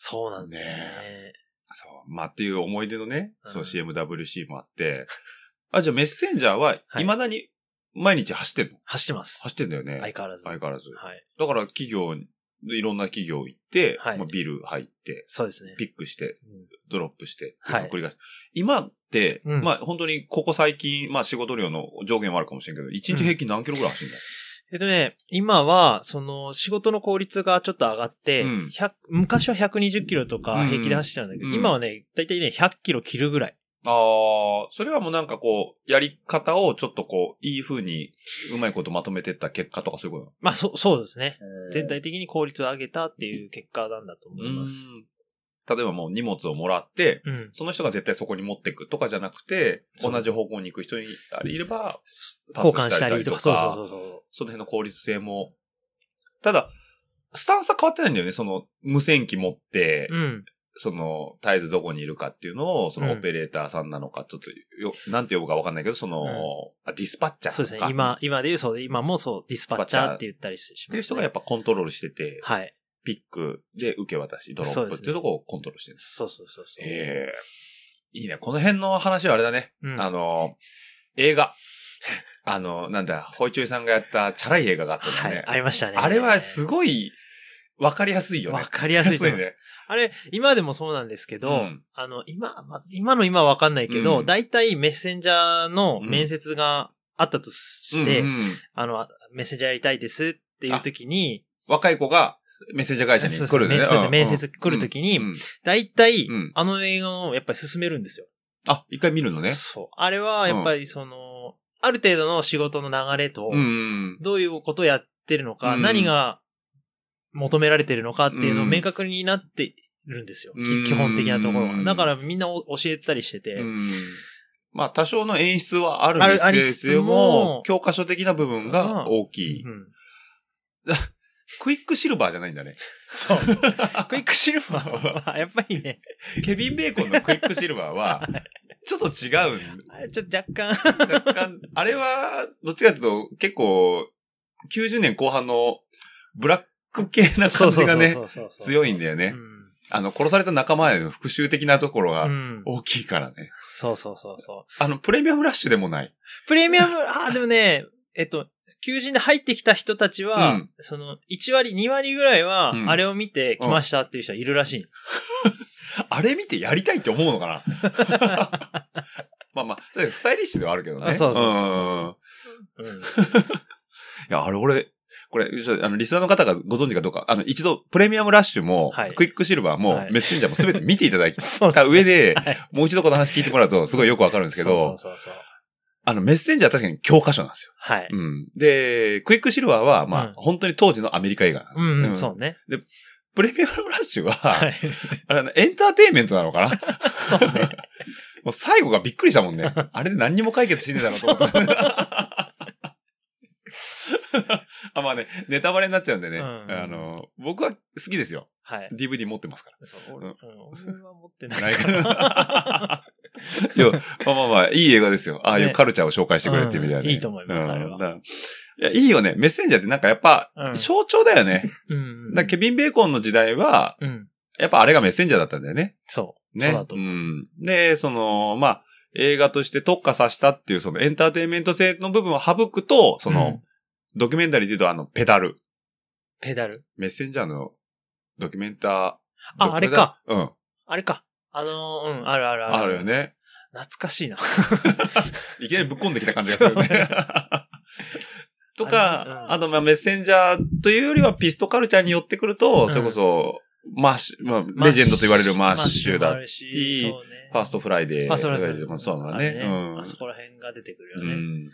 S3: そうなんだよ
S2: ね
S3: ね。
S2: そう。まあっていう思い出のね、
S3: うん
S2: そう CMWC もあって、 あ、じゃあメッセンジャーは
S3: はい
S2: 未だに毎日走ってんの、
S3: 走ってます。
S2: 走ってんだよね。
S3: 相変わらず。
S2: 相変わらず。
S3: はい。
S2: だから企業に、いろんな企業行って、
S3: はい
S2: まあ、ビル入って、
S3: そうですね。
S2: ピックして、
S3: うん
S2: ドロップして、っていうのを
S3: はい
S2: 繰り返す。今って、
S3: うん
S2: まあ本当にここ最近、まあ仕事量の上限はあるかもしれんけど、1日平均何キロぐらい走るの、
S3: えっとね、今は、その、仕事の効率がちょっと上がって、
S2: うん
S3: 100昔は120キロとか平気で走ってたんだけど、
S2: うん
S3: 今はね、だいたいね、100キロ切るぐらい。
S2: ああ、それはもうなんかこう、やり方をちょっとこう、いい風に、うまいことまとめてった結果とかそういうことなの
S3: まあ、そ、そうですね。全体的に効率を上げたっていう結果なんだと思います。
S2: うん例えばもう荷物をもらって、
S3: うん。
S2: その人が絶対そこに持ってくとかじゃなくて、
S3: そう
S2: 同じ方向に行く人にあれいれば、パス
S3: 交換したりとか、
S2: した
S3: そ
S2: りとか
S3: うそうそうそう。
S2: その辺の効率性も。ただ、スタンスは変わってないんだよね。その無線機持って、
S3: うん。
S2: その絶えずどこにいるかっていうのを、その
S3: う
S2: オ
S3: ん
S2: ペレーターさんなのか、ちょっとよ、なんて呼ぶかわかんないけど、その、
S3: うん
S2: あディスパッチャー
S3: そう
S2: とか。
S3: ですね。今、今で言う、そう、今もそう、ディスパッチャーって言ったりします、
S2: っていう人がやっぱコントロールしてて、
S3: ぱ。はい。
S2: ピックで受け渡し、ドロ
S3: そう
S2: ッ
S3: で
S2: プっ
S3: すね
S2: ていうところをコントロールしてるんです。
S3: そうそうそうそう。
S2: ええいいね。この辺の話はあれだね。
S3: うん
S2: あの、映画。 あの、なんだ、ホイチョイさんがやったチャラい映画があったんだ
S3: は
S2: よね
S3: い、。ありましたね。
S2: あれはすごい、わかりやすいよね。
S3: わかりやすいと思いま す
S2: ね。
S3: あれ、今でもそうなんですけど、
S2: うん
S3: あの、今、ま今の今はわかんないけど、
S2: うん
S3: だいたいメッセンジャーの面接があったとして、
S2: うんうん
S3: あの、メッセンジャーやりたいですっていう時に、
S2: 若い子がメッセンジャー会社に来るんだよね。
S3: そうですね
S2: ん
S3: 面接来る時に
S2: うんうん
S3: だいたい
S2: うん、
S3: あの映画をやっぱり進めるんですよ。
S2: あ、一回見るのね。
S3: そう。あれは、やっぱりその、ある程度の仕事の流れと
S2: う、ん。
S3: どういうことをやってるのか、
S2: うん
S3: 何が求められてるのかっていうのを
S2: うん
S3: 明確になってるんですよ。き
S2: うん
S3: 基本的なところ
S2: う
S3: は。
S2: ん
S3: だからみんなお教えたりしてて、
S2: うんまあ、多少の演出はある
S3: あ
S2: に
S3: るありつ
S2: せ
S3: つ
S2: よも
S3: も、
S2: 教科書的な部分が大きい。
S3: うん
S2: クイックシルバーじゃないんだね。
S3: そう。 クイックシルバーは、やっぱりね、
S2: ケビン・ベーコンのクイックシルバー は、ちょっと違うん
S3: あれちょっと若 干、
S2: 若干、あれは、どっちかというと、結構、90年後半のブラック系な感じがね、
S3: い
S2: 強いんだよね
S3: う。ん
S2: あの、殺された仲間への復讐的なところ
S3: う
S2: が
S3: ん。
S2: 大きいからね。
S3: そうそうそうそう。
S2: あの、プレミアムラッシュでもない。
S3: プレミアム、 あー、でもね、えっと、求人で入ってきた人たちは、
S2: うん
S3: その、1割、2割ぐらいは
S2: う、ん
S3: あれを見て来ましたっていう人はいるらしい。
S2: あれ見てやりたいって思うのかな まあまあ、だってスタイリッシュではあるけどね。
S3: あそうそうそう
S2: うん
S3: うん
S2: いや、あれ俺、これ、ちょあの、リスナーの方がご存知かどうか、あの、一度、プレミアムラッシュも、
S3: はい
S2: クイックシルバーも、
S3: はい
S2: メッセンジャーもすべて見ていただい
S3: そう
S2: た上で、
S3: はい
S2: もう一度この話聞いてもらうと、すごいよくわかるんですけど、
S3: そうそうそうそう。
S2: あの、メッセンジャーは確かに教科書なんですよ。
S3: はい。
S2: うん。で、クイックシルバーは、まあ、
S3: うん
S2: 本当に当時のアメリカ映画。
S3: うん、うん、
S2: う
S3: そ
S2: ん。
S3: うね。
S2: プレミアムラッシュは、
S3: はい。
S2: あれあのエンターテインメントなのかな
S3: そうね。
S2: もう最後がびっくりしたもんね。あれで何にも解決しねえ だろうと思った。 あまあね、ネタバレになっちゃうんでね。
S3: うん
S2: あの、僕は好きですよ。
S3: はい。
S2: DVD 持ってます から。
S3: そ
S2: う
S3: う俺
S2: ん
S3: うん俺は持って
S2: な
S3: ないい
S2: か
S3: からら。
S2: いや、まあまあまあ、いい映画ですよ。ああいう
S3: ね
S2: カルチャーを紹介してくれるっていう意味ではね。
S3: うんいいと思います
S2: うん
S3: あれ
S2: だ
S3: は
S2: からいや、いいよね。メッセンジャーってなんかやっぱ、
S3: うん
S2: 象徴だよね。
S3: うん。
S2: だからケビン・ベーコンの時代は、
S3: うん。
S2: やっぱあれがメッセンジャーだったんだよね。
S3: そう。
S2: ね。
S3: そうだと
S2: う
S3: 思う。
S2: ん。で、その、まあ、映画として特化させたっていう、そのエンターテインメント性の部分を省くと、その、
S3: うん
S2: ドキュメンタリーで言うとあの、ペダル。
S3: ペダル。
S2: メッセンジャーのドキュメンター。あ
S3: ああれか。
S2: うん。
S3: あれか。あのー、うん、あるあるある。
S2: あるよ。ね。
S3: 懐かしいな。
S2: いきなりぶっ込んできた感じがするよ
S3: そ
S2: ね。 とか、あ,、
S3: あれうん
S2: と、まあ、メッセンジャーというよりはピストカルチャーに寄ってくると、
S3: うん
S2: それこそ、マッシュ、ま あ、レジェンドと言われるマッシュだ。
S3: マ
S2: フ
S3: ッシュもあるしそうね
S2: ァーストフライデー。
S3: あ、それそ
S2: フライデーも
S3: れ。
S2: そうだ
S3: あ
S2: ね。
S3: れ
S2: うん
S3: あ。そこら辺が出てくるよ
S2: う
S3: ね。
S2: ん。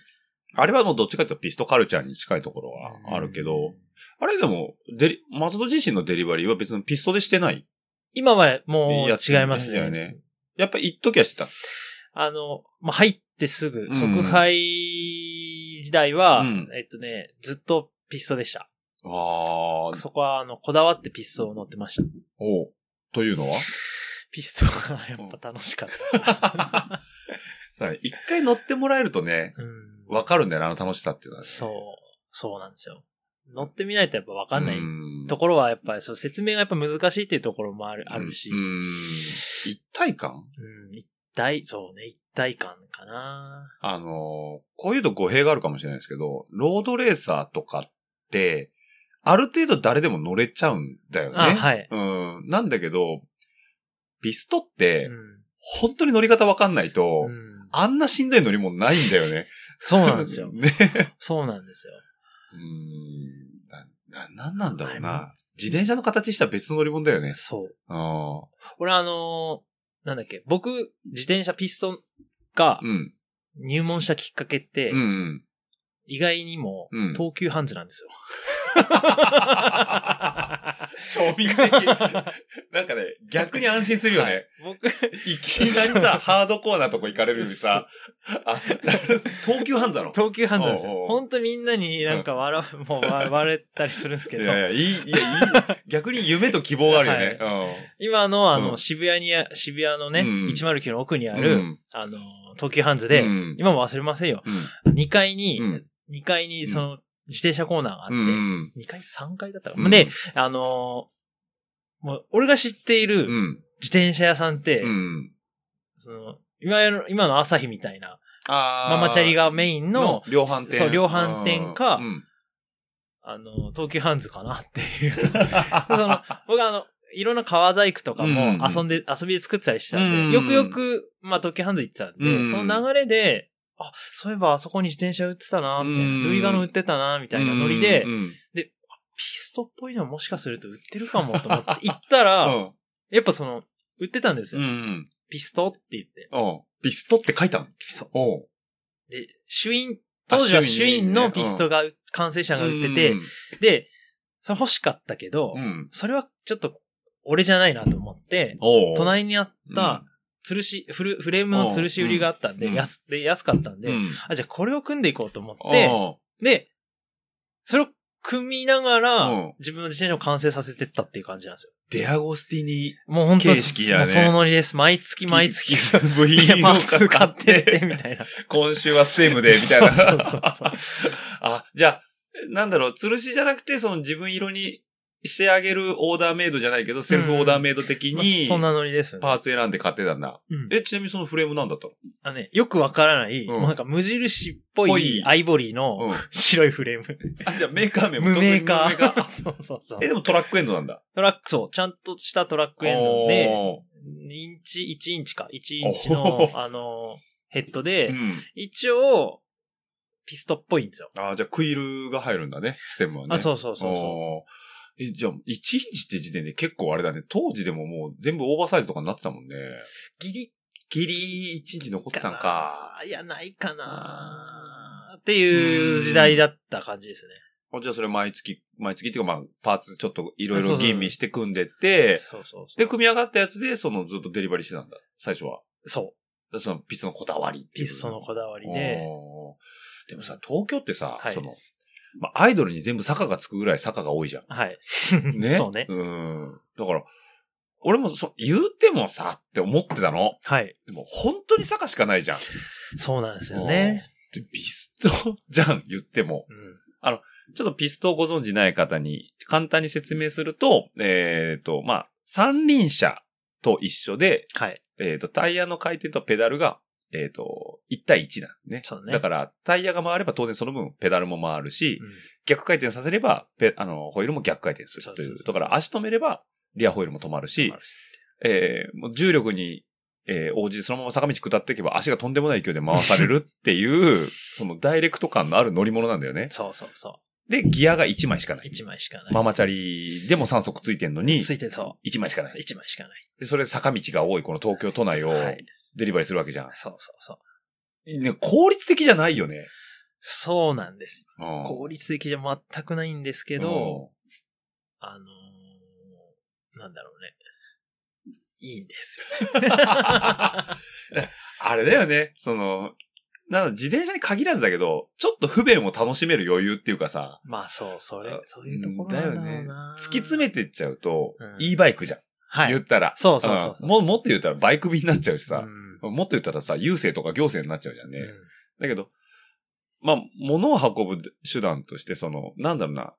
S2: あれはもうどっちかというとピストカルチャーに近いところはあるけど、あれでも、デリ、松戸自身のデリバリーは別にピストでしてない
S3: 今はもう
S2: やつだ
S3: 違い
S2: よ
S3: ますね。
S2: ねやっぱ一時はしてた。
S3: あの、まあ、入ってすぐ、
S2: ん
S3: 即配時代は、
S2: うん
S3: えっとね、ずっとピストでした。
S2: ああ、
S3: そこは、あの、こだわってピストを乗ってました。
S2: おうというのは
S3: ピストがやっぱ楽しかった。
S2: さあ一回乗ってもらえるとね、
S3: うん。
S2: わかるんだよな、あの楽しさっていうのはね、
S3: そう、そうなんですよ。乗ってみないとやっぱわかんない
S2: うん
S3: ところは、やっぱり、そう、説明がやっぱ難しいっていうところもある、あるし。
S2: うんうん一体感
S3: うん、一体、そうね、一体感かな。
S2: あのーこういうと語弊があるかもしれないですけど、ロードレーサーとかって、ある程度誰でも乗れちゃうんだよね。
S3: あはい
S2: うん。なんだけど、ピストって
S3: う、ん
S2: 本当に乗り方わかんないと、
S3: うん
S2: あんなしんどい乗り物ないんだよね。
S3: そうなんですよ。
S2: ね。
S3: そうなんですよ。
S2: うん。な、ななんなんだろう
S3: あれ
S2: な。自転車の形した別の乗り物だよね。
S3: そう。
S2: うん。
S3: 俺あのーなんだっけ、僕、自転車ピストンが
S2: うん。
S3: 入門したきっかけって、
S2: うんうん。
S3: 意外にも
S2: うん、
S3: 東急ハンズなんですよ。
S2: 庶 民的。なんかね、逆に安心するよ
S3: は
S2: ね
S3: い。僕、
S2: いきなりさ、ハードコーナーとこ行かれるよりさ、あ、東急ハンズなの
S3: 東急ハンズなんです
S2: おうお
S3: よ。
S2: う
S3: 本当みんなになんか 笑う、もう笑われたりするんですけ
S2: い
S3: ど、
S2: やいや、いい、いや、いい。逆に夢と希望があるよね。
S3: 今のあ
S2: うん
S3: の、渋谷に、渋谷のね、
S2: うん
S3: 109の奥にあ
S2: うん。
S3: る、
S2: うん
S3: あの、東急ハンズで、
S2: うん
S3: 今も忘れませんよ。2階に、
S2: うん
S3: 2階にその、自転車コーナーがあって、
S2: うん。
S3: 2階 ?3 階だったか
S2: う
S3: な、
S2: ん
S3: で、あのもう、俺が知っていうる
S2: ん。
S3: 自転車屋さんって、
S2: うん。
S3: その、今の、今の朝日みたいな、
S2: あー
S3: ママチャリがメインの、
S2: 量販店。
S3: そう量販店か
S2: うん
S3: あの、東急ハンズかなっていう。 そ の、僕はあの、いろんな革細工とか
S2: うん
S3: も
S2: うん
S3: 遊んで、遊びで作ってたりしてた
S2: うんうんん
S3: で、よくよく、まあ、東急ハンズ行ってたん
S2: うんう
S3: で、
S2: ん
S3: その流れで、あ、そういえばあそこに自転車売ってたな、みたい
S2: うん
S3: な、ルイガノ売ってたな、みたいなノリで、
S2: うんうん
S3: ピストっぽいのもしかすると売ってるかもと思って行った ら、やっぱその、売ってたんです
S2: うん。う
S3: よ。
S2: ん。
S3: ピストって言って。
S2: うん。ピストって書いたの
S3: ピスト
S2: おう
S3: で、主因、
S2: あ
S3: 当時は
S2: 朱
S3: 主
S2: 印ね
S3: 因のピストが、完成者が売ってて、で、それ欲しかったけど
S2: うん。う、ん。
S3: それはちょっと俺じゃないなと思って、
S2: おう
S3: 隣にあった、吊るし、フル、フレームの吊るし売りがあったん
S2: う
S3: で、
S2: ん
S3: 安、で、安かったん
S2: う
S3: で、
S2: ん。
S3: あ、じゃあこれを組んでいこうと思って、
S2: おう
S3: で、それを組みなが
S2: うん
S3: ら、自分の自転車を完成させてったっていう感じなんですよ。
S2: デアゴスティニ
S3: もう本当に
S2: 形式だね
S3: もうそのノリです。毎月毎月、
S2: 部
S3: いや
S2: 品
S3: パ
S2: を
S3: ーツ買
S2: 買っ
S3: ってって、
S2: て、
S3: みたいな。
S2: 今週はステムで、みたいな。
S3: そうそうそう。
S2: あ、じゃあ、なんだろう、吊るしじゃなくて、その自分色にしてあげるオーダーメイドじゃないけど、セルフオーダーメイド的
S3: ま あ
S2: に、
S3: そんなノリですよね。
S2: パーツ選んで買ってたんだ。
S3: うん
S2: え、ちなみにそのフレームなんだったの
S3: あのね、よくわからない、
S2: うん
S3: もうなんか無印っぽ
S2: ぽ
S3: い
S2: い
S3: アイボリーの
S2: うん。
S3: 白いフレーム。
S2: あ、じゃあメーカー名も
S3: 無名カ
S2: 特に無名カ
S3: ー。 そうそうそう
S2: え、。でもトラックエンドなんだ。
S3: トラック、そう、ちゃんとしたトラックエンドで、インチ、1インチか、1インチ
S2: お
S3: の、
S2: ー
S3: あの、ヘッド
S2: おーう
S3: で、
S2: ん。
S3: 一応、ピストっぽいんですよ。
S2: あ、じゃあクイルが入るんだね、ステムはね。
S3: あ、
S2: う
S3: そうそうそうそう。
S2: え、じゃあ、1インチって時点で結構あれだね。当時でももう全部オーバーサイズとかになってたもんね。
S3: ギリ
S2: ギリ1インチ残ってた
S3: か
S2: ん
S3: な
S2: か。
S3: いや、ないかなっていう時代だった感じですね。
S2: あじゃあそれ毎月、毎月っていうかまあ、パーツちょっといろい
S3: そう
S2: ろ
S3: そう
S2: 吟味して組んでって、
S3: そうそうそう。
S2: で、組み上がったやつで、そのずっとデリバリーしてたんだ、最初は。
S3: そう。
S2: そのピスのこだわりってい
S3: ピ
S2: う
S3: ストのこだわり
S2: お
S3: で、
S2: ーでもさ、東京ってさ、
S3: はい
S2: その、まあ、アイドルに全部坂がつくぐらい坂が多いじゃん。
S3: はい。
S2: ね。
S3: そうね。
S2: うん。だから、俺もそ、言うてもさって思ってたの。
S3: はい。
S2: でも、本当に坂しかないじゃん。
S3: そうなんですよね。
S2: で、ピストじゃん、言っても。
S3: うん。
S2: ちょっとピストをご存知ない方に簡単に説明すると、えっ、と、まあ、三輪車と一緒で、
S3: はい。
S2: えっ、と、タイヤの回転とペダルが、えっ、と、1対1なんね。
S3: そうね
S2: だから、タイヤが回れば当然その分ペダルも回るし、
S3: うん
S2: 逆回転させれば、ペ、あの、ホイールも逆回転するという。
S3: そうそうそう
S2: だから、足止めれば、リアホイールも止まるし、えーもう重力に、えー応じてそのまま坂道下っていけば足がとんでもない勢いで回されるって いう、そのダイレクト感のある乗り物なんだよね。
S3: そうそうそ
S2: で、ギアが1枚しかな
S3: う。
S2: い。
S3: 一枚しかない。
S2: ママチャリでも3足ついてんのに、
S3: ついてそ
S2: 1枚しかな
S3: う。
S2: い。
S3: 一枚しかない。
S2: で、それ坂道が多いこの東京都内を
S3: はい。
S2: デリバリーするわけじゃん。
S3: そうそうそう。
S2: ね、効率的じゃないよね。
S3: そうなんです。
S2: 効
S3: 効率的じゃ全くないんですけど、、あのー、なんだろうね。いいんです よ。
S2: あれだよね、その、なんだ自転車に限らずだけど、ちょっと不便を楽しめる余裕っていうかさ、
S3: まあそう、そ
S2: あ
S3: れ、そういうところなんだろうな。
S2: 突き詰めてっちゃうと、
S3: うん
S2: E バイクじゃん。
S3: はい。
S2: 言ったら。
S3: そうそうそうそうん
S2: も、もっと言ったらバイク便になっちゃうしさ
S3: う、ん
S2: もっと言ったらさ、郵政とか行政になっちゃうじゃんね。
S3: うん
S2: だけど、まあ、物を運ぶ手段として、その、なんだろうな、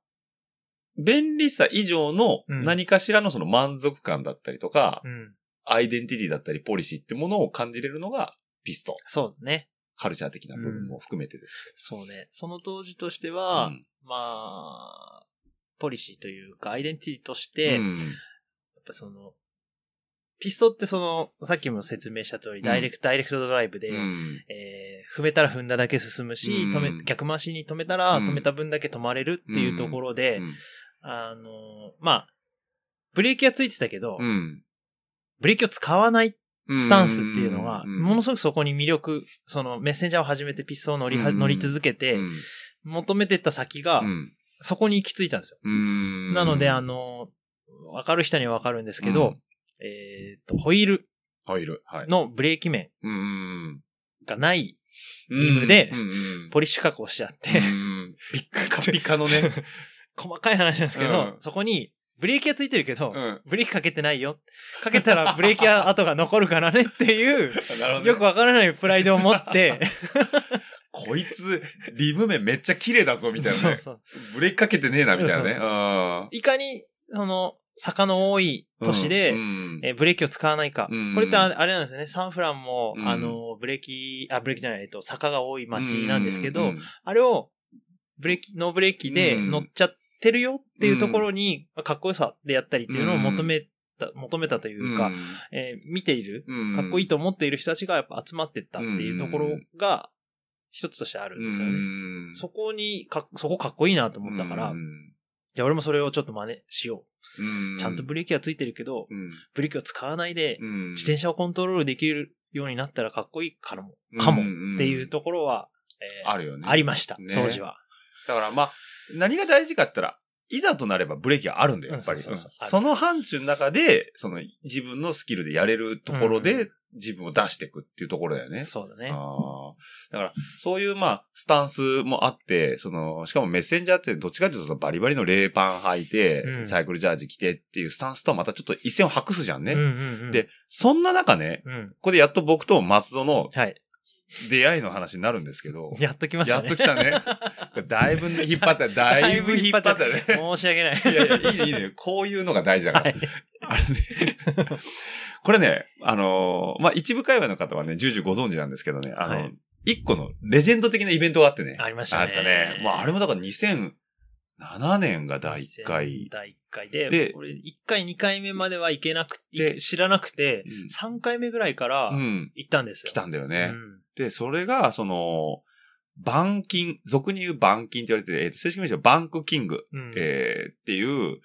S2: 便利さ以上の
S3: うん
S2: 何かしらのその満足感だったりとか、
S3: うん。
S2: アイデンティティだったり、ポリシーってものを感じれるのが、ピスト。
S3: そうね。
S2: カルチャー的な部分も含めてです
S3: そうね。その当時として
S2: けど。
S3: は、まあ、ポリシーというか、アイデンティティとし
S2: う
S3: て、やっ
S2: ん
S3: ぱその、ピストってその、さっきも説明した通り、
S2: ん
S3: ダイレクト、ダイレクトドライブで、
S2: うん
S3: えー踏めたら踏んだだけ進むし、
S2: うん
S3: 止め、逆回しに止めたら、
S2: うん
S3: 止めた分だけ止まれるっていうところで、
S2: うん
S3: あの、まあ、ブレーキはついてたけど、
S2: うん
S3: ブレーキを使わない
S2: うん
S3: スタンスっていうのが、
S2: うん
S3: ものすごくそこに魅力、そのメッセンジャーを始めてピストを乗りは、
S2: うん
S3: 乗り続けて、
S2: うん
S3: 求めてった先が、
S2: うん
S3: そこに行き着いたんですよ。
S2: うん
S3: なので、あの、わかる人にはわかるんですけど、、えーっと、ホイール
S2: うんホイール。はい。
S3: のブレーキ面
S2: うん。
S3: がない
S2: リ
S3: ムで
S2: うんうん
S3: ポリッシュ加工しちゃって、
S2: うんピッカピカのね。
S3: 細かい話なんですけど、
S2: うん
S3: そこにブレーキがついてるけど、
S2: うん
S3: ブレーキかけてないよ。かけたらブレーキ跡が残るからねって い
S2: な
S3: う、
S2: るほどね
S3: よくわからないプライドを持って、
S2: こいつ、リブ面め っちゃ綺麗だぞ、みたい
S3: そ
S2: な
S3: う
S2: ね。
S3: そう。
S2: ブレーキかけてねえな、みたいなね。
S3: そう
S2: うん
S3: いかに、その、坂の多い都市で、
S2: うん
S3: えーブレーキを使わないか。
S2: うん
S3: これってああれなんですよね。サンフランも、
S2: うん
S3: あの、ブレーキ、あ、ブレーキじゃない、えっと、坂が多い街なんですけど、
S2: うんうん
S3: あれを、ブレーキ、ノーブレーキで
S2: うん
S3: 乗っちゃってるよっていうところに、かっこよさでやったりっていうのを求めた、求めたというか、えー見ている、
S2: うん
S3: かっこいいと思っている人たちがやっぱ集まってったっていうところが、一つとしてあるんですよね。
S2: うん
S3: そこにか、そこかっこいいなと思ったか
S2: う
S3: ら、い
S2: ん
S3: や、俺もそれをちょっと真似しよ
S2: う
S3: う。ちゃんとブレーキはついてるけど、
S2: うん
S3: ブレーキを使わないで、
S2: うん
S3: 自転車をコントロールできるようになったらかっこいいからも、かもっていうところは、えー
S2: あるよね。
S3: ありました、
S2: ね
S3: 当時は。
S2: だからまあ、何が大事かって言ったら、いざとなればブレーキがあるんだよ、
S3: うん
S2: やっぱり。
S3: そううんそうそう
S2: その範疇の中で、その自分のスキルでやれるところ
S3: う
S2: で、自分を出していくっていうところだよね。
S3: そうだね。
S2: あーだから、そういう、まあ、スタンスもあって、その、しかもメッセンジャーってどっちかというとバリバリの冷パン履いて、
S3: うん
S2: サイクルジャージ着てっていうスタンスとはまたちょっと一線を白すじゃんね。
S3: うんうんうん、
S2: で、そんな中ね、
S3: うん。
S2: ここでやっと僕と松戸の
S3: はい。
S2: 出会いの話になるんですけ ど、
S3: やっときまし
S2: や
S3: た
S2: っ
S3: ね。
S2: と来たね。だいぶ引っ張った、だいぶ引っ張ったね。
S3: 申し 訳ない。
S2: いやいや、いいね、いいね。こういうのが大事だから。
S3: はい
S2: あれね これね、あのーまあ、一部界隈の方はね、重々ご存知なんですけどね、あの、
S3: はい
S2: 一個のレジェンド的なイベントがあってね。
S3: ありました
S2: あ
S3: ね
S2: ったね。まあ、あれもだから2007年が第1回。
S3: 第一回で、
S2: で
S3: 俺、一回、二回目までは行けなくて、
S2: で
S3: 知らなくて
S2: うん、
S3: 三回目ぐらいから
S2: うん。
S3: 行ったんですよ。
S2: 来たんだよ
S3: う
S2: ね。
S3: ん
S2: で、それが、その、板金、俗に言う板金って言われてて、えーと正式名称はバンクキング。
S3: うん。
S2: えーっていう、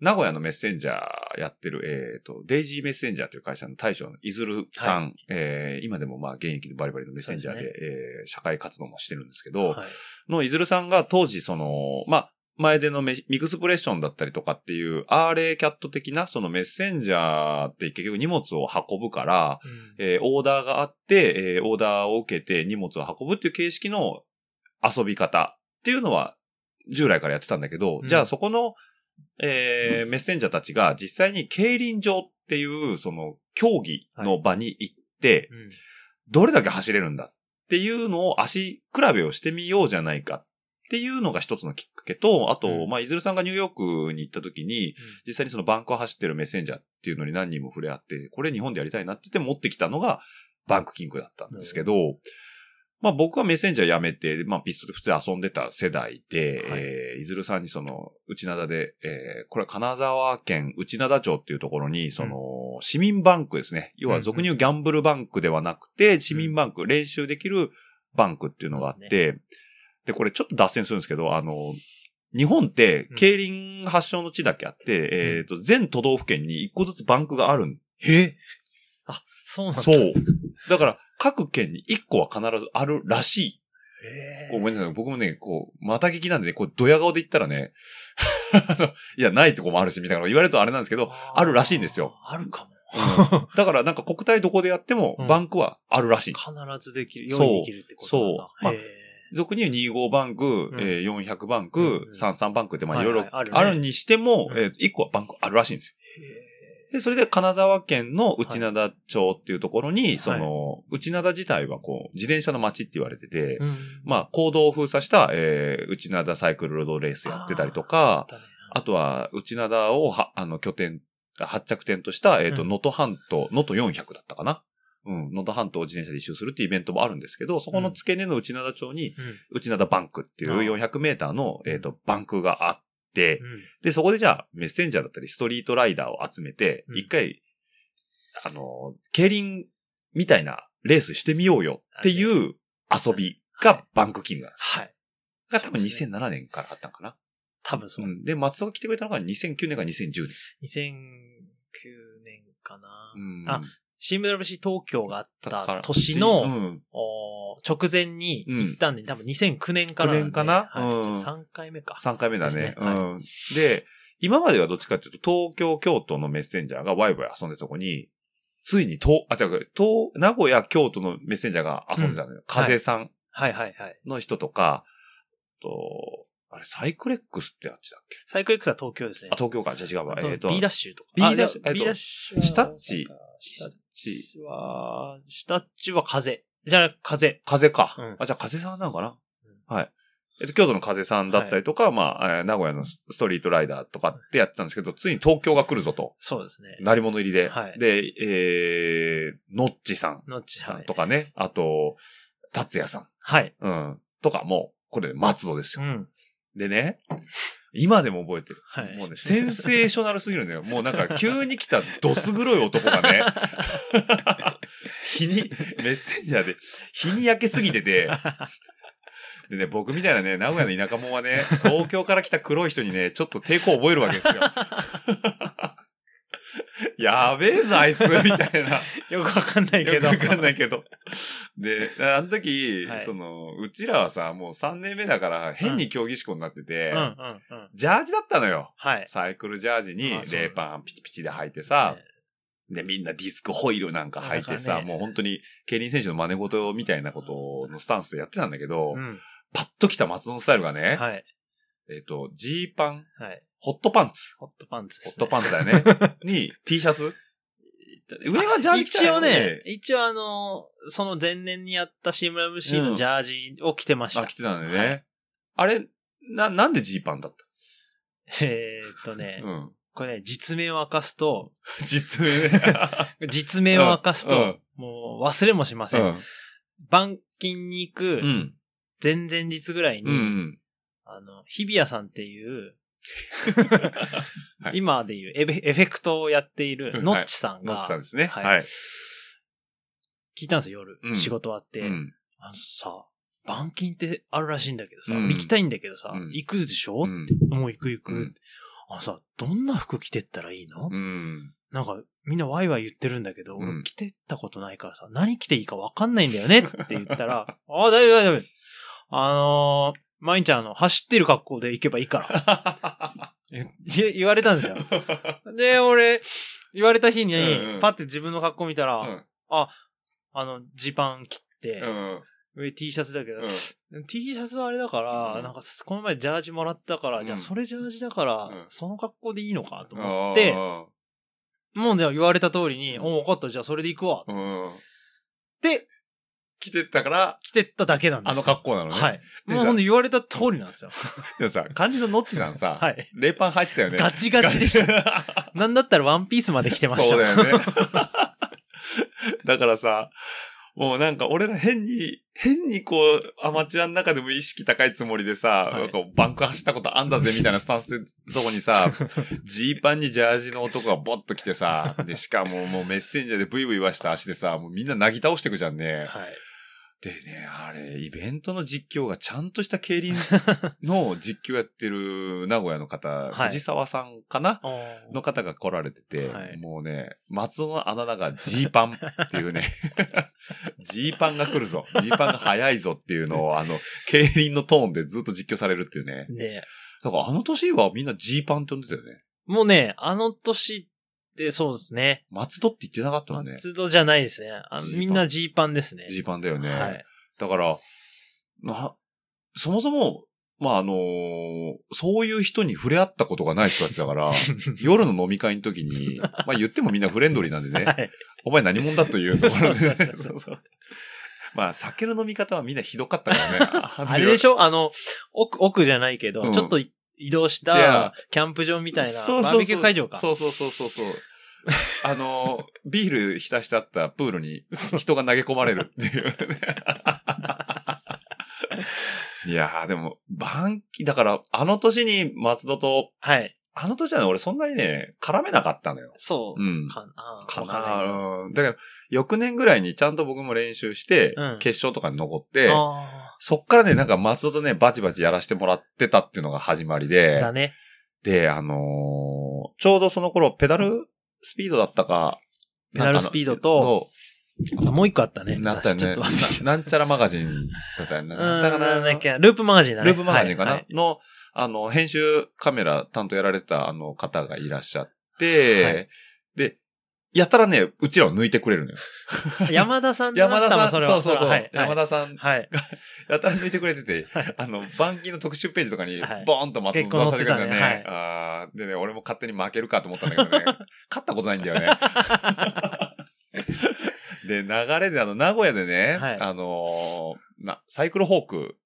S2: 名古屋のメッセンジャーやってる、えっ、と、デイジーメッセンジャーという会社の大将のいずるさん、えー今でもまあ現役でバリバリのメッセンジャーで、
S3: そう
S2: えー社会活動もしてるんですけど、
S3: はい
S2: のいずるさんが当時その、まあ、前でのメミクスプレッションだったりとかっていう、RA キャット的なそのメッセンジャーって結局荷物を運ぶから、
S3: うん
S2: えーオーダーがあって、えーオーダーを受けて荷物を運ぶっていう形式の遊び方っていうのは従来からやってたんだけど、
S3: うん
S2: じゃあそこの、えーメッセンジャーたちが実際に競輪場っていうその競技の場に行って、
S3: うん
S2: どれだけ走れるんだっていうのを足比べをしてみようじゃないかっていうのが一つのきっかけと、あと、
S3: うん
S2: まあ、いずるさんがニューヨークに行った時に、実際にそのバンクを走ってるメッセンジャーっていうのに何人も触れ合って、これ日本でやりたいなって言って持ってきたのがバンクキングだったんですけど、まあ僕はメッセンジャーやめて、まあピストル普通に遊んでた世代で、
S3: はい
S2: えーいずるさんにその、内灘で、えーこれは金沢県内灘町っていうところに、その、市民バンクですね。要は俗に言うギャンブルバンクではなくて、市民バンク、練習できるバンクっていうのがあって、で、これちょっと脱線するんですけど、あの、日本って、競輪発祥の地だけあって、えっ、と、全都道府県に一個ずつバンクがあるん。
S3: えあ、そうなんだ。
S2: そう。だから、各県に一個は必ずあるらしい。
S3: え
S2: ごめんなさい。僕もね、こう、また聞きなんでね、こう、ドヤ顔で言ったらね、 あのいや、ないとこもあるし、みたいなの言われるとあれなんですけど、
S3: ー
S2: あるらしいんですよ。
S3: あるかも。
S2: だからなんか国体どこでやっても
S3: うん、
S2: バンクはあるらしい。
S3: 必ずできる、
S2: そ
S3: 用
S2: う
S3: 意できるってことなんだ。
S2: そうまあ
S3: へー
S2: 俗に言う25バンク、
S3: ん
S2: えー400バンク、
S3: うんうん
S2: 33バンクって、まあ
S3: はいいは
S2: ろ
S3: い
S2: いろ
S3: あるね
S2: あるにしても、
S3: うん
S2: えー一個はバンクあるらしいんですよで、それで金沢県の内灘町っていうところに、その、内灘自体はこう、自転車の街って言われてて、
S3: うん
S2: まあ、行動を封鎖した、えー、内灘サイクルロードレースやってたりと
S3: あっ
S2: か、
S3: たね
S2: あとは、内灘をは、あの、拠点、発着点とした、えっ、と、
S3: うん
S2: 能登半島、能登400だったかな。うん、能登半島を自転車で一周するっていうイベントもあるんですけど、そこの付け根の内灘町に、
S3: うん
S2: 内灘バンクっていう
S3: ああ
S2: 400メーターの、えっ、と、バンクがあって、
S3: うん
S2: で、そこでじゃあ、メッセンジャーだったり、ストリートライダーを集めて
S3: う、ん
S2: 一、回、あの、競輪みたいなレースしてみようよっていう遊び
S3: は
S2: が
S3: い
S2: バンクキングなんです。
S3: はい。
S2: が多分
S3: そうですね
S2: 2007年からあったんかな。
S3: 多分そうう。
S2: ん。で、松戸が来てくれたのが2009年か2010年。
S3: 2009年かな。
S2: うん。
S3: あ、CMWC 東京があっ
S2: だか
S3: た
S2: ら
S3: 年
S2: う
S3: の、
S2: ん。
S3: おー直前に
S2: うん
S3: 行ったんで、多分2009年からんで。
S2: 9年かな
S3: はい
S2: うん
S3: 3回目か。
S2: 3回目だ
S3: です
S2: ね
S3: ね。
S2: うん。で、今まではどっちかっていうと、東京、京都のメッセンジャーがワイワイ遊んでたとこに、ついに東、あ、違う、東、名古屋、京都のメッセンジャーが遊んでたのよ。風さん。
S3: はいはいはい。
S2: の人とか、あと、あれ、サイクレックスってあっちだっけ
S3: サイクル X は東京ですね。
S2: あ、東京か。じゃあ違うわ。
S3: あと
S2: えっ、と、
S3: B ダッシュとか。
S2: B
S3: あ
S2: ダッシュ
S3: でも
S2: えっと
S3: B ダッシュは。
S2: 下っち
S3: 下っ
S2: ち、
S3: ちは、下っちは風。じゃあ風。
S2: 風か、
S3: うん
S2: あ、じゃあ風さんなんかな、
S3: うん
S2: はい。えっと、京都の風さんだったりとか、まあ、えー名古屋のスストリートライダーとかってやってたんですけど、ついに東京が来るぞと。
S3: そうですね。
S2: なり物入りで。
S3: はい
S2: で、えー、ノッチさん
S3: のち
S2: さ
S3: は
S2: ん
S3: い
S2: と。かね、あと、達也さ
S3: はい。
S2: ん。うん。とかも、これ、松戸です
S3: う
S2: よ。
S3: ん。
S2: でね、今でも覚えてる。
S3: はい。
S2: もうね、センセーショナルすぎるんだよ。もうなんか急に来たどす黒い男がね、日に、メッセンジャーで日に焼けすぎてて、でね、僕みたいなね、名古屋の田舎者はね、東京から来た黒い人にね、ちょっと抵抗を覚えるわけですよ。 やべえぞ、あいつみたいな。
S3: よくわかんないけ
S2: よく
S3: ど。
S2: わかんないけど。で、あの時、
S3: はい
S2: その、うちらはさ、もう3年目だから変に競技志向になってて、
S3: うんうんうん。
S2: ジャージだったのよ。
S3: はい。
S2: サイクルジャージに
S3: あそう
S2: レーパンピチピチで履いてさ、で、みんなディスクホイールなんか履いて
S3: な
S2: さ、
S3: んかね
S2: もう本当に競輪選手の真似事みたいなことのスタンスでやってたんだけど、
S3: うん。
S2: パッと来た松野スタイルがね、
S3: はい。
S2: えっ、と、ジーパン、
S3: はい。
S2: ホットパンツ、
S3: ホットパンツで
S2: ホ
S3: す、
S2: ッ
S3: ね。
S2: トパンツだよね、 に T シャツ。上はジャージ着
S3: 一
S2: た
S3: 応
S2: よ
S3: ね、、一応あの、その前年にやったシームラ MC のジャージを着てました。
S2: あ、着てたんだよね。あれ、な、なんでジーパンだっ
S3: えーっとね
S2: た、うん。
S3: これね、実名を明かすと、
S2: 実 名ね。
S3: 実名を明かすと、
S2: うん
S3: もう忘れもしません。板金に行
S2: う
S3: く
S2: ん。
S3: 前々日ぐらいに、
S2: うん。うん。
S3: あの、日比谷さんっていう、
S2: はい
S3: 今でいうエフェエフェクトをやってい
S2: うん
S3: るノッチさんが、
S2: 乗ってたんですね。
S3: は
S2: はいい。
S3: 聞いたんですよ、夜。
S2: うん
S3: 仕事終わって、
S2: うん。
S3: あのさ、板金ってあるらしいんだけどさ、
S2: うん
S3: 行きたいんだけどさ、
S2: うん
S3: 行くでしょ、
S2: うん
S3: もう行く行く、
S2: うん
S3: あのさ、どんな服着てったらいいの、
S2: うん。
S3: なんか、みんなワイワイ言ってるんだけど、
S2: うん
S3: 俺着てったことないからさ、何着ていいかわかんないんだよねって言った ら、ああ、大丈夫大丈夫。あのー、毎日あの、走ってる格好で行けばいい から。え言言われたんですよ。で、俺、言われた日に
S2: うんう、ん
S3: パって自分の格好見たら、
S2: うん
S3: あの、ジーパン切って、
S2: うん
S3: 上 T シャツだけど、
S2: うん
S3: T シャツはあれだから、
S2: うん
S3: なんかこの前ジャージもらったから、
S2: うん
S3: じゃあそれジャージだから、
S2: うん
S3: その格好でいいのかと思って、もうじゃあ言われた通りに、
S2: うん
S3: おう分かった、じゃあそれで行くわ。っ
S2: うん。
S3: て、
S2: 着てったから、
S3: 着てっただけなんです
S2: あ
S3: よ
S2: の格好なのね。
S3: はい。
S2: で
S3: もうほんと言われた通りなん ですよ。
S2: でもさ、漢字のノッチさんさ、
S3: はい。
S2: 冷パン履いてたよね。
S3: ガチガチでした。
S2: た。
S3: なんだったらワンピースまで着てました。
S2: そうだよね。だからさ、もうなんか俺ら変に、変にこう、アマチュアの中でも意識高いつもりでさ、
S3: はい
S2: なんかバンク走ったことあんだぜみたいなスタンスで、とこに さ、ジーパンにジャージの男がボッと来てさ、で、しかももうメッセンジャーでブイブイはした足でさ、もうみんななぎ倒してくじゃんね。
S3: はい。
S2: でね、あれ、イベントの実況がちゃんとした競 輪の実況やってる名古屋の方、
S3: い
S2: 藤沢さんかな
S3: お
S2: の方が来られてて、
S3: はい
S2: もうね、松尾のあだ名がジーパンって いうね、ジーパンが来るぞ、ジーパンが早いぞっていうの を、あの、競輪のトーンでずっと実況されるっていうね
S3: ー。ね
S2: だからあの年はみんなジーパンって呼んでたよね。
S3: もうね、あの年でそうですね。
S2: 松戸って言ってなかったもんね。
S3: 松戸じゃないですね。あ
S2: ジーパン
S3: みんなジーパンですね。
S2: ジーパンだよね。
S3: はい。
S2: だから、な、そもそも、まあ、あのーそういう人に触れ合ったことがない人たちだ から、夜の飲み会の時に、まあ言ってもみんなフレンドリーなんでね、
S3: はい。
S2: お前何者だというところ
S3: そう
S2: で
S3: そう
S2: ね。
S3: そ
S2: そううそう まあ、酒の飲み方はみんなひどかったから ね。
S3: あれでし
S2: ょ
S3: ょあの、奥、奥じゃないけど、
S2: うん
S3: ちょっとい移動し
S2: い
S3: た
S2: や
S3: キャンプ場みたいな、
S2: そうそうそう
S3: バーベキュー会場か。
S2: そうそうそうそう そう。あの、ビール浸してあったプールに
S3: そう
S2: 人が投げ込まれるっていう ね。いやー、でも、バンキ、だから、あの年に松戸と、
S3: はい。
S2: あの年はね、俺そんなにね、絡めなかったのよ。
S3: そう。
S2: うん。
S3: かな
S2: か
S3: わんい
S2: なうんだから、翌年ぐらいにちゃんと僕も練習して、
S3: うん
S2: 決勝とかに残って、
S3: あ
S2: そっからね、なんか松戸とね、バチバチやらしてもらってたっていうのが始まり
S3: ー
S2: で、
S3: だね。
S2: で、あのーちょうどその頃、ペダルスピードだったか、
S3: ペダルスピードと、あもう一個あったね。
S2: なったよ
S3: 雑誌ちょ
S2: ね
S3: っと忘れちゃっ
S2: な。なんちゃらマガジンだったよね。
S3: た
S2: なんだかな
S3: うー
S2: ん
S3: なんだっけループマガジンだね。
S2: ループマガジンかな、
S3: はいはい
S2: の、あの、編集カメラ担当やられてたあの方がいらっしゃって、
S3: はい
S2: で、やたらね、うちらを抜いてくれるのよ。
S3: 山田さんだ
S2: 山
S3: っ
S2: 田
S3: た
S2: さ
S3: も
S2: ん、そう
S3: ん、それは。
S2: そうそう、
S3: れははい。
S2: 山田さん、
S3: はい。
S2: やたら抜いてくれてて、
S3: はい
S2: あの、板金の特集ページとかに
S3: はい、
S2: ボーンと松
S3: 結構
S2: 本
S3: 載
S2: さ
S3: っ
S2: ん
S3: て
S2: 出た
S3: たね
S2: ね。
S3: はい
S2: あーでね、俺も勝手に負けるかと思ったんだけどね、勝ったことないんだよね。で、流れであの、名古屋でね、
S3: はい
S2: あのーな、サイクルホーク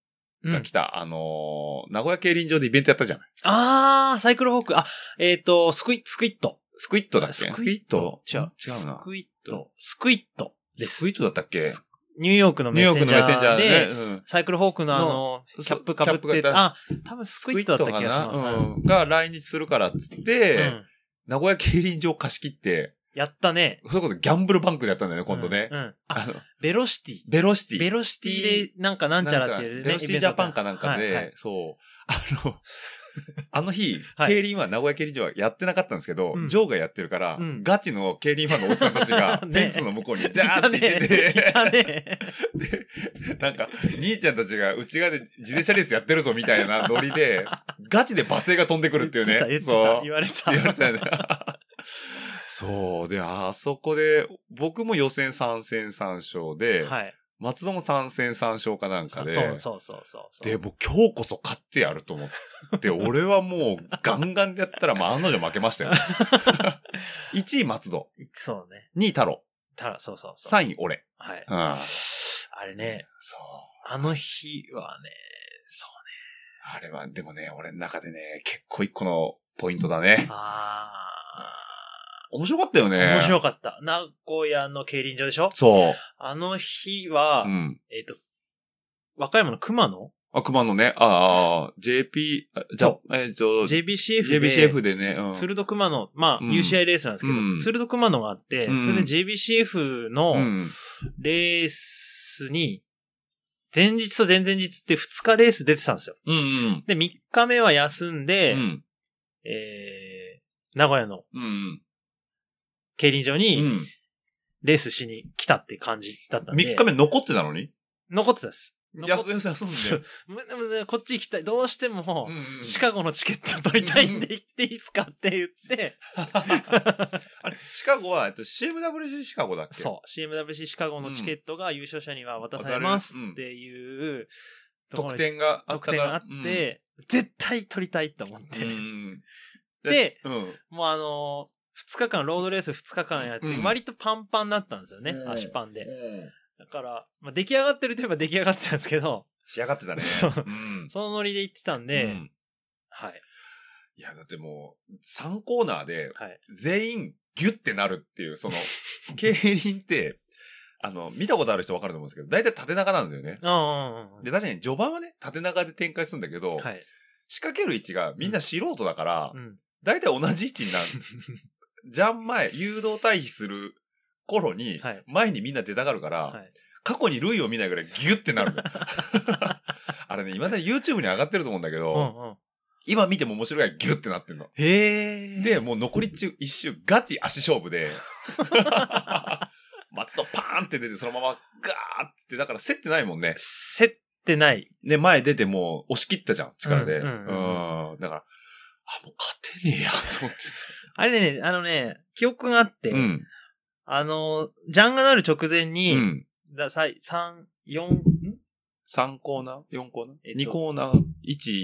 S2: が来た、あのー名古屋競輪場でイベントやったじゃない。
S3: あー、サイクルホーク。あ、えっ、と、スクイ、スクイット。
S2: スクイットだっけ
S3: スクイット。
S2: 違う。違う
S3: ス
S2: な。
S3: クイット。スクイットです。
S2: スクイットだったっけ
S3: スニューヨークの
S2: ニュー
S3: メ
S2: ヨーク
S3: ッセンジ
S2: のメッセ
S3: ャ
S2: ンジャ
S3: ー
S2: ーで
S3: で、、
S2: うん
S3: サイクルホークのあの、
S2: の
S3: キャップかぶ
S2: キャッ
S3: って
S2: プがい
S3: た、
S2: た
S3: あ、多分スクイットだった気がします。
S2: スクイットかな
S3: うん
S2: うんが来日するからっつって、
S3: うん
S2: 名古屋競輪場貸し切って、
S3: やったね。
S2: それこそギャンブルバンクでやったんだよね、今度ね。
S3: うん。うんあ、
S2: あの、
S3: ベロシティ。
S2: ベロシティ。
S3: ベロシティで、なんかなんちゃらっていうね。
S2: ベロシティジャパンかなんかで、
S3: はいはい
S2: そう。あの、あの日、
S3: はい
S2: 競輪は名古屋競輪場はやってなかったんですけど、
S3: うん
S2: ジョーがやってるから、
S3: うん、
S2: ガチの競輪ファンのおっさんたちが
S3: ね
S2: フェンスの向こうに
S3: い
S2: ザー
S3: た
S2: って行って
S3: ね。
S2: て
S3: い、たね。
S2: で、 なんか、兄ちゃんたちが内側で自転車レースやってるぞみたいなノリ で、ガチで罵声が飛んでくるっていう
S3: 言ってた、
S2: ね。
S3: 言って
S2: そ
S3: た
S2: う。
S3: 言われた。
S2: 言われたよね。そう。で、あそこで、僕も予選3戦3勝で、
S3: はい。
S2: 松戸も3戦3勝かなん
S3: そ
S2: か
S3: う
S2: で、
S3: そうそうそうそう。
S2: で、もう今日こそ勝ってやると思 って、俺はもうガンガンでやったら、まあ案の定負けま したよ。1位松戸、
S3: そうね。
S2: 2位太郎、
S3: ただ、そうそうそう。
S2: 3位俺。
S3: はい。
S2: うん。
S3: あれね、
S2: そう。
S3: あの日はね、そ
S2: あれは、でもね、俺の中でね、結構一個のポイントだね
S3: う。。あ
S2: 面白かったよ
S3: ー。
S2: ね。
S3: 面白かった。名古屋の競輪場でしょ
S2: そ
S3: あの日は、
S2: う。うん。
S3: えっ、と、和歌山の熊野
S2: あ、熊野ね。ああ、JP、あじゃ
S3: そ、
S2: えっと、
S3: ?JBCF で、
S2: JBCF でね。うん。
S3: 鶴戸熊野、まあ、
S2: うん
S3: UCI レースなんですけど、
S2: うん
S3: 鶴戸熊野があって、
S2: うん
S3: それで JBCF の
S2: うん。
S3: レースに、前日と前々日って2日レース出てたんですよ。
S2: うんうん。
S3: で、3日目は休ん
S2: う
S3: で、
S2: ん。
S3: えー、名古屋の
S2: うん。
S3: 競輪場
S2: う
S3: に
S2: ん。
S3: レースしに来たって感じだったんで。
S2: 3日目残ってたのに
S3: 残ってたです。残っ
S2: 休休休んで。
S3: む むむこっち行きたい。どうしても、
S2: うんうん
S3: シ カゴのチケット取りたいんで行っていいっすかって言って、
S2: あれ、シカゴは、えっと、CMWC シカゴだっけ
S3: そう、CMWC シカゴのチケットが優勝者には渡され
S2: 渡れる
S3: ます
S2: うん
S3: っていう、ところ
S2: 得
S3: に
S2: 点があっ
S3: 得
S2: たか
S3: 点があ
S2: ら。
S3: って、絶対取りたいと思って、
S2: うん、うん。
S3: で、
S2: うん。
S3: もうあのー、2日間、ロードレース2日間やって、
S2: うん
S3: 割とパンパンだったんですよね、
S2: うん
S3: 足パンで。
S2: うん
S3: だから、まあ、出来上がってるといえば出来上がってたんですけど、
S2: 仕上がってたね。
S3: そう
S2: うん。
S3: そのノリで行ってたんで、
S2: うん
S3: はい。
S2: いや、だってもう、3コーナーで、
S3: はい。
S2: 全員ギュッてなるっていう、そ の、競輪って、あの、見たことある人わかると思うんですけど、大体縦長なんだよね。
S3: うんうんうん。
S2: で、確かに序盤はね、縦長で展開するんだけど、
S3: はい。
S2: 仕掛ける位置がみんな素人だから
S3: う、ん。
S2: 大体同じ位置 になる。ジャン前、誘導退避する頃に
S3: はい、
S2: 前にみんな出たがるから、
S3: はい。
S2: 過去に類を見ないぐらいギュッてなる の。あれね、今だに YouTube に上がってると思うんだけど、
S3: うんうん。
S2: 今見ても面白いぐらいギュッてな ってんの。
S3: へえ。
S2: で、もう残り中一周ガチ足勝負で、 松戸パーンって出て、そのままガーって、だから競ってないもんね。
S3: 競ってない。
S2: で、前出てもう押し切ったじゃん、力で。
S3: う
S2: うんん。
S3: うん
S2: だから、あ、もう勝てねえや、と思ってさ。
S3: あれね、あのね、記憶があって、
S2: うん。
S3: あの、ジャンがなる直前
S2: う
S3: に、
S2: ん。
S3: ださい、三、四、ん
S2: 3コーナー ?4 コーナー、
S3: えっと
S2: ?2 コーナー ?1、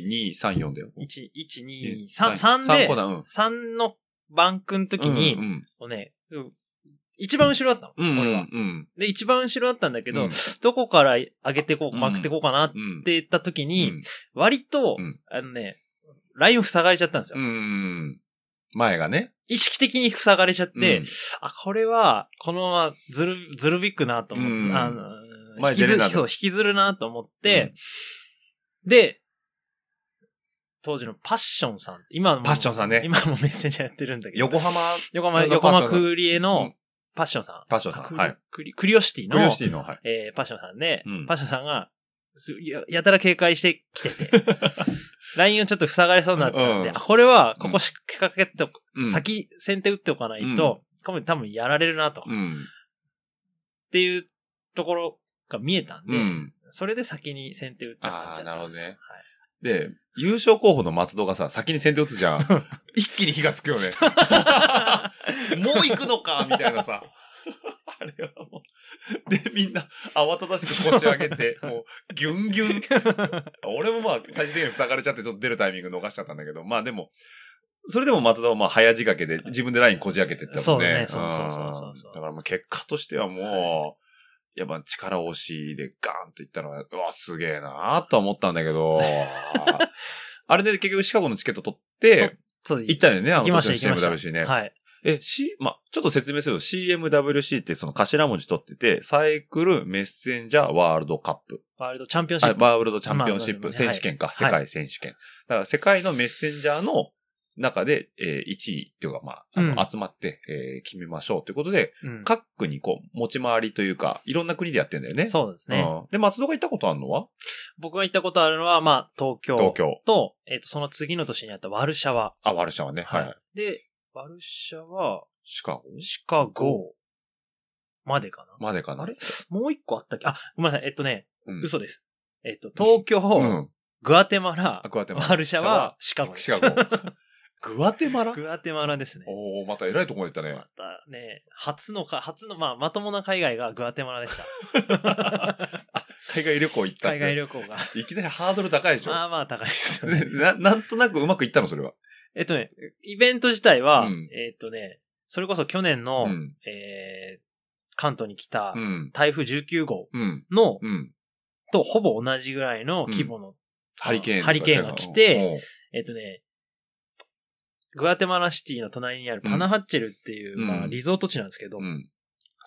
S2: 2、3、4だよ。
S3: 一、一、
S2: え
S3: 二、三、
S2: はい
S3: 三
S2: 三
S3: で
S2: コー、ナー、うん。
S3: 三のバンクの時に、
S2: うんうん
S3: もうね、うん一番後ろだったの、
S2: うん。
S3: 俺は。
S2: うん。
S3: で、一番後ろだったんだけ
S2: け
S3: ど、
S2: うん。
S3: どこから上げてこう、
S2: うん
S3: まくってこうかなって
S2: うん
S3: 言った時に、
S2: うん
S3: 割と、
S2: うん
S3: あのね、ラインを塞がれちゃったんですよ。
S2: うん。前がね。
S3: 意識的に塞がれちゃって、
S2: うん
S3: あ、これは、このままずる、ずるびくなと思って、
S2: うん
S3: あの、
S2: 前
S3: 引き
S2: 出れ
S3: ずる
S2: な、
S3: そう、引きずるなと思って、で、当時のパッションさん、今も、
S2: パッションさんね
S3: 今もメッセンジャーやってるんだけど、
S2: 横浜
S3: 横浜、
S2: あのパ
S3: 横
S2: ッショ
S3: 浜
S2: ンさん
S3: クリエ
S2: う
S3: の
S2: ん
S3: パッションさん。
S2: パッションさん
S3: あクリ
S2: はい
S3: クリクリオシティの、
S2: クリオシティの、はい。
S3: えーパッションさんで、
S2: うん
S3: パッションさんが、すややたら警戒してき てて、ラインをちょっと塞がれそうになってたんで、
S2: うん
S3: あ、これは、ここしっかけておく、
S2: うん
S3: 先、先手打っておかないと、これ多分やられるなと、
S2: う
S3: っ
S2: ん。
S3: ていうところが見えたんで、
S2: うん。
S3: それで先に先手打った感じだったんですよ
S2: あーなるで、優勝候補の松戸がさ、先に先手打つじゃん。 一気に火がつく よね。
S3: は
S2: もう行くのかみたいなさ。あれはもう。で、みんな慌ただしく腰上げて、もう、ギュンギュン。俺もまあ、最終的に塞がれちゃって、ちょっと出るタイミング逃しちゃったんだけど、まあでも、それでも松田はまあ、早仕掛けで、自分でラインこじ開けてったもんね。
S3: そうだねそうそうそうそうそうん
S2: だからもう結果としてはもう、やっぱ力押しでガーンといったのは、うわ、すげえなーとは思ったんだけ ど、あれで結局シカゴのチケット取って、
S3: そう
S2: 行ったんだよね、あ
S3: 行
S2: の
S3: きました、行
S2: 年
S3: き
S2: の
S3: ました。
S2: CMWC ね。
S3: はい。
S4: え、C、まあ、ちょっと説明すると CMWC ってその頭文字取ってて、サイクルメッセンジャーワールドカップ。
S3: ワールドチャンピオンシ
S2: あ
S3: ップ。
S2: ワールドチャンピオンシッ
S3: ま
S2: プ、
S3: あ
S2: 選手権か、世
S3: い
S2: 界選手権。だから世界のメッセンジャーの中で、え1位っていうか、まあ、あの
S3: う
S2: 集まって、えー決めましょうということで、
S3: うん
S2: 各国こう、持ち回りというか、いろんな国でやってんだよね。
S3: そうですね。
S2: うんで、松戸が行ったことあるのは
S3: 僕が行ったことあるのは、まあ、東京。
S2: 東京。
S3: と、えっ、と、その次の年にあったワルシャワ。
S2: あ、ワルシャワね。はい。
S3: で、ワルシャワ、
S2: シカゴ
S3: シカゴ、までかな。
S2: までかな。
S3: あれもう一個あったっけあ、ごめんなさい。えっとね、
S2: うん
S3: 嘘です。えっと、東京、
S2: うん。
S3: グアテマラ
S2: あ、、グアテマラ。
S3: ワルシャワ、シカゴです
S2: シ。カゴ。グアテマラ
S3: グアテマラですね。
S2: おー、また偉いところ行ったね
S3: ま。たね、初のか、初の、まあ、まともな海外がグアテマラでした。
S2: 海外旅行行ったって
S3: 海外旅行が。
S2: いきなりハードル高いでしょ。
S3: まあまあ高いですよね。
S2: で ななんとなくうまくいったの、それは。
S3: えっとね、イベント自体は、
S2: うん
S3: えっとね、それこそ去年の、
S2: うん。
S3: えー、関東に来た
S2: うん。
S3: 台風19号
S2: うん。
S3: の、
S2: うん。
S3: とほぼ同じぐらいの規模の、
S2: ハリケーンとか。
S3: ハリケーンが来てえっとね、グアテマラシティの隣にあるパナハッチェルっていう、
S2: うん
S3: まあ、リゾート地なんですけど、
S2: うん、うん。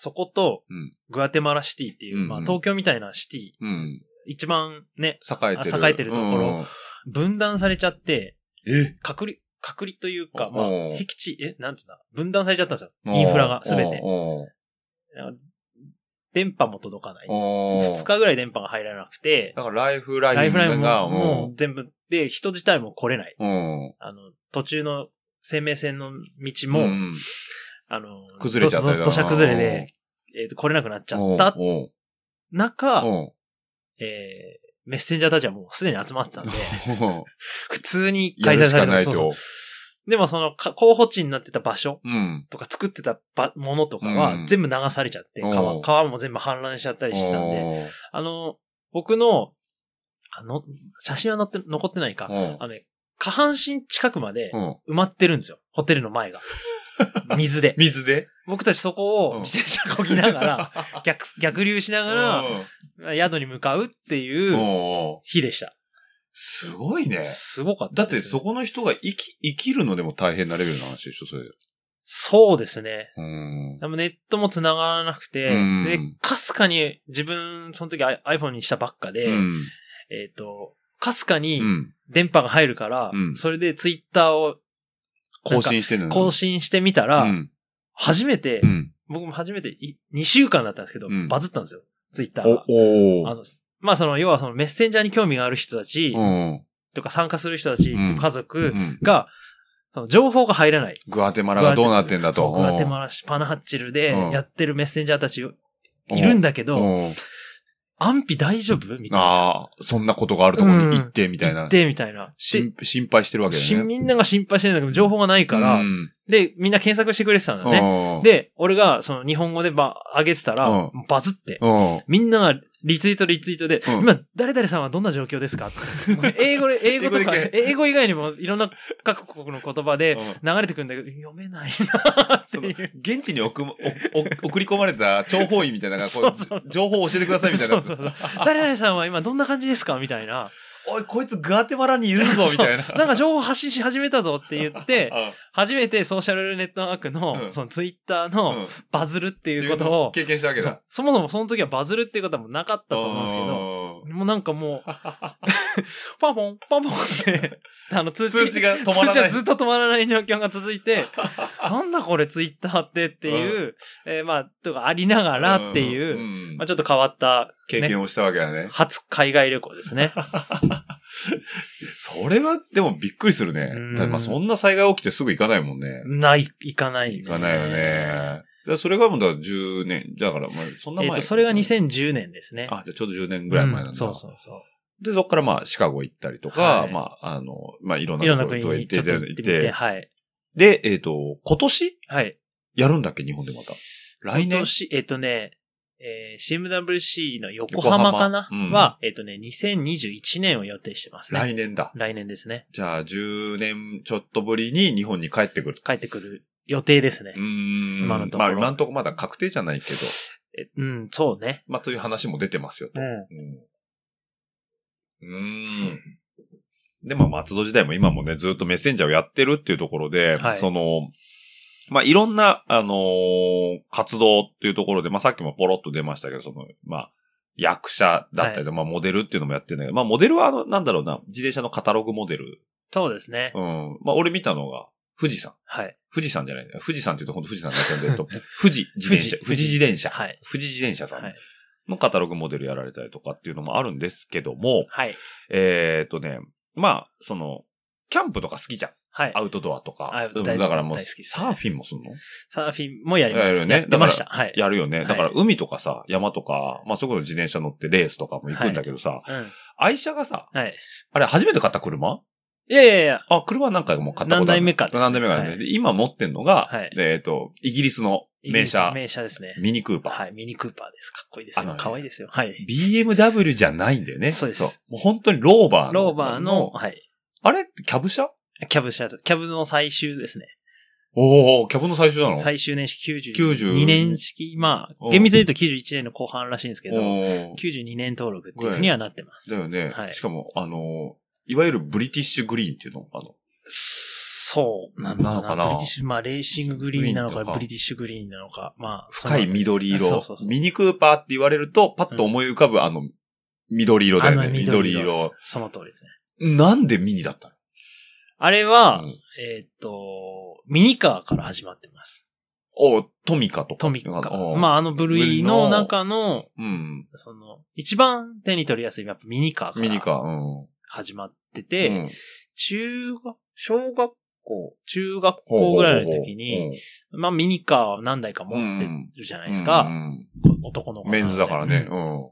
S3: そこと
S2: うん、
S3: グアテマラシティっていう、
S2: うん
S3: まあ、東京みたいなシティ、
S2: うん。
S3: 一番ね、
S2: 栄えてる。
S3: あ栄えてるところ分断されちゃって、
S2: うん。え
S3: 隔離、隔離というか、まあ
S2: おう、
S3: 僻地、え、なんつうんだ、分断されちゃったんですよ。インフラがすべて。
S2: おー
S3: 電波も届かない。
S2: おー
S3: 2日ぐらい電波が入らなくて、
S2: だからライフラインが。
S3: ライフラインもも
S2: も
S3: う全部、で、人自体も来れない。
S2: う、うん。
S3: あの、途中の生命線の道
S2: う
S3: も、
S2: ん
S3: あの、
S2: 崩れちゃったりだな
S3: 土砂崩れで、えっ、と、来れなくなっちゃった
S2: おー
S3: 中、
S2: お
S3: えーメッセンジャーたちはもうすでに集まってた んで、
S2: ーおー
S3: 普通に
S2: や
S3: 開
S2: る
S3: 催
S2: し
S3: され
S2: か
S3: てた
S2: ない
S3: そうそう
S2: と。
S3: でもそのか候補地になってた場所
S2: うん。
S3: とか作ってたばものとか
S2: うん
S3: は全部流されちゃって、
S2: うん
S3: 川、川も全部氾濫しちゃったりしてたんで、
S2: で。
S3: あの、僕の、あの、写真は載って、残ってないか、
S2: うん
S3: あのね、下半身近くまで
S2: うん。
S3: 埋まってるんですよ。ホテルの 前が。水で。
S2: 水で
S3: 僕たちそこ
S2: うん
S3: を自転車こぎなが ら、逆、逆流しながら、宿に向かうって
S2: うん
S3: いう
S2: おー
S3: 日でした。
S2: すごいね。
S3: すごかった
S2: だっ
S3: で
S2: て
S3: すね
S2: そこの人が生き、生きるのでも大変なレベルの話でしょ、それ。
S3: そうですね。
S2: うん
S3: で。もネットも繋がらなくて、
S2: うん
S3: で、かすかに自分、その時 i- iPhone にしたばっかで、
S2: うん。
S3: えっ、と、かすか
S2: う
S3: に
S2: ん。
S3: 電波が入るから、
S2: うん
S3: それで Twitter を
S2: 更新してるの
S3: 更新してみたら、
S2: うん。
S3: 初めて、
S2: うん。
S3: 僕も初めてい2週間だったんですけど、
S2: うん
S3: バズったんですよ。Twitter が。
S2: お、お
S3: あの、まあその、要はそのメッセンジャーに興味がある人たち、
S2: うん。
S3: とか参加する人たち、
S2: うん
S3: 家
S2: う
S3: 族
S2: ん
S3: が、その情報が入らない。
S2: グアテマラがどうなってんだ
S3: そ
S2: と。
S3: う、グアテマラ市パナハッチルで
S2: うん
S3: やってるメッセンジャーたちいるん
S2: だ
S3: だけど、安否大丈夫みたいな。
S2: ああ、そんなことがあるところに行って、みたい
S3: 行
S2: な
S3: っ。てみたいな。
S2: 心心配してるわ
S3: で
S2: けだ
S3: し
S2: よね。
S3: みんなが心配してるんだけど、情報がないから、
S2: うん
S3: で、みんな検索してくれてたんだね。
S2: ね
S3: で、俺がその日本語でば、上げてたら、
S2: うん
S3: バズって、
S2: うん。
S3: みんながリツイートリツイートで、
S2: うん
S3: 今、誰々さんはどんな状況ですか英語で、英語とか、
S2: 英語で
S3: 英語以外にもいろんな各国の言葉で流れてくるんだけど、読めないなって
S2: その
S3: いう。
S2: 現地に送おお 送り込まれた諜報員みたいなのがこう
S3: そうそう
S2: 情報を教えてくださいみたいなやつ
S3: そうそうそう誰々さんは今どんな感じですかみたいな。
S2: おい、こいつグアテマラにいるぞみ たいな。
S3: なんか情報発信し始めたぞって言って、初めてソーシャルネットワークの、
S2: うん
S3: そのツイッター
S2: うん
S3: のバズるって
S2: て
S3: いうことを、
S2: 経験したわけ
S3: そ
S2: だ。
S3: うそもそもその時はバズるっていうことはもうなかったと思うんですけど、もうなん かもう、パンポン、パンポンって、あの通知、
S2: 通知が止まら
S3: 通知
S2: な
S3: が
S2: い。
S3: ずっと止まらない状況が続い て、なんだこれツイッターってっていう、えーまあ、とかありながらっていう、
S2: うん
S3: まあちょっと変わった、
S2: 経験をしたわけだね。
S3: 初海外旅行で すね。
S2: それは、でもびっくりするね
S3: うん。
S2: だってまあそんな災害起きてすぐ行かないもんね。
S3: ない、行かない、
S2: 行かないよね。。だからそれがもうだから10年、だからまあそんな
S3: えっ、
S2: 前。
S3: と、それが。2010年ですね。
S2: あ、じゃあちょうど10年ぐらい前なんだ。
S3: うんそうそうそう。
S2: で、そこからまあ、シカゴ行ったりとか、
S3: はい
S2: まあ、あの、まあ、いろんない
S3: ろんな
S2: とこ
S3: 国
S2: ろ
S3: にちょっと行ってみて、はい。
S2: で、えっ、と、今年
S3: はい。
S2: やるんだっけ日本でまた。来年。
S3: 今年、えっ、とね、えー CMWC の横浜かな
S2: 横浜うん
S3: は、えっ、とね、2021年を予定してますね。
S2: 来年だ。
S3: 来年ですね。
S2: じゃあ、10年ちょっとぶりに日本に帰ってくる。
S3: 帰ってくる予定ですね
S2: う。ーん。
S3: 今のとこ
S2: ま
S3: ろ
S2: あ、今のところまだ確定じゃないけど。
S3: うん、そうね。
S2: まあ、という話も出てますよと。
S3: うん。
S2: うん。うーん。で、まあ、松戸自体も今もね、ずっとメッセンジャーをやってるっていうところで、
S3: はい
S2: その、まあ、いろんな、あのー活動っていうところで、まあ、さっきもポロッと出ましたけど、その、まあ、役者だったりとか、まあ、モデルっていうのもやってるんだけど、まあ、モデルは、あの、なんだろうな、自転車のカタログモデル。
S3: そうですね。
S2: うん。まあ、俺見たのが、富士山。
S3: はい。
S2: 富士山じゃないね。富士山って言うと本当富士山になっちゃうんだけど、富士自転車。富
S3: 富士
S2: 士自転車。
S3: はい。
S2: 富士自転車さん
S3: はい。
S2: のカタログモデルやられたりとかっていうのもあるんですけども、
S3: はい。
S2: えーっ、とね、まあ、その、キャンプとか好きじゃん。
S3: はい
S2: ア。ウトドアと
S3: は
S2: か
S3: い。
S2: でも
S3: 大
S2: だからもう、
S3: 大好きです
S2: サーフィンもすんの
S3: サーフィンもやります。
S2: やるよね
S3: やってました。はい。
S2: やるよね。
S3: い
S2: だから海とかさ、山とか、まあそれこそ自転車乗ってレースとかも行くんだけどさ、
S3: うん。
S2: 愛車がさ、
S3: はい。
S2: あれ初めて買った車
S3: いやいやいや。
S2: あ、車なんかもう買ったことある
S3: 何代目かですね
S2: 何代目かだね。
S3: はい
S2: で今持ってんのが、
S3: はい
S2: えーっ、と、イギリスの
S3: イギ
S2: 名
S3: リス
S2: 車、
S3: 名車ですね。
S2: ミニクーパー。
S3: はい。ミニクーパーです。かっこいいです
S2: あの
S3: よ。
S2: ね
S3: かわいいですよ。はい。
S2: BMW じゃないんだよね。
S3: そうです
S2: もう本当にローバーの。
S3: ローバーの、はい。
S2: あれキャブ車
S3: キャブ車、キャブの最終ですね。
S2: おおキャブの最初なの
S3: 最終年式
S2: 90
S3: 92年式、ま
S2: う
S3: あ
S2: ん、
S3: 厳密に言うと91年の後半らしいんですけど、
S2: おー
S3: 92年登録っていうふうにはなってます
S2: だ。よね。
S3: はい
S2: しかも、あのー、いわゆるブリティッシュグリーンっていうのあの、
S3: そうなの
S2: な
S3: か
S2: のか
S3: な
S2: な
S3: ブリティッシュ、まあ、レーシンググリーンなの
S2: グリーン
S3: か、
S2: とか
S3: ブリティッシュグリーンなのか、まあ、
S2: 深い緑色。
S3: そうそうそう
S2: ミニクーパーって言われると、パッと思い浮かぶあの、緑色だ
S3: あ
S2: よ
S3: の
S2: ね。
S3: 緑色です。その通りですね。
S2: 緑色なんでミニだった
S3: あれは、
S2: の、うん
S3: えーっと、ミニカーから始まってます。
S2: おートミカとか。
S3: トミカ。
S2: あ。
S3: まあ、あの部類の中の、
S2: うん。
S3: その、一番手に取りやすい、やっぱミニカーか
S2: ミニ
S3: ら
S2: カー。うん。
S3: 始まってて、
S2: うん
S3: 中学、小学校、中学校ぐらいの時に、、まあミニカー何台か持ってるじゃないです
S2: うん
S3: か。
S2: うん
S3: 男の子なので
S2: メンズだからね。
S3: う
S2: うんん。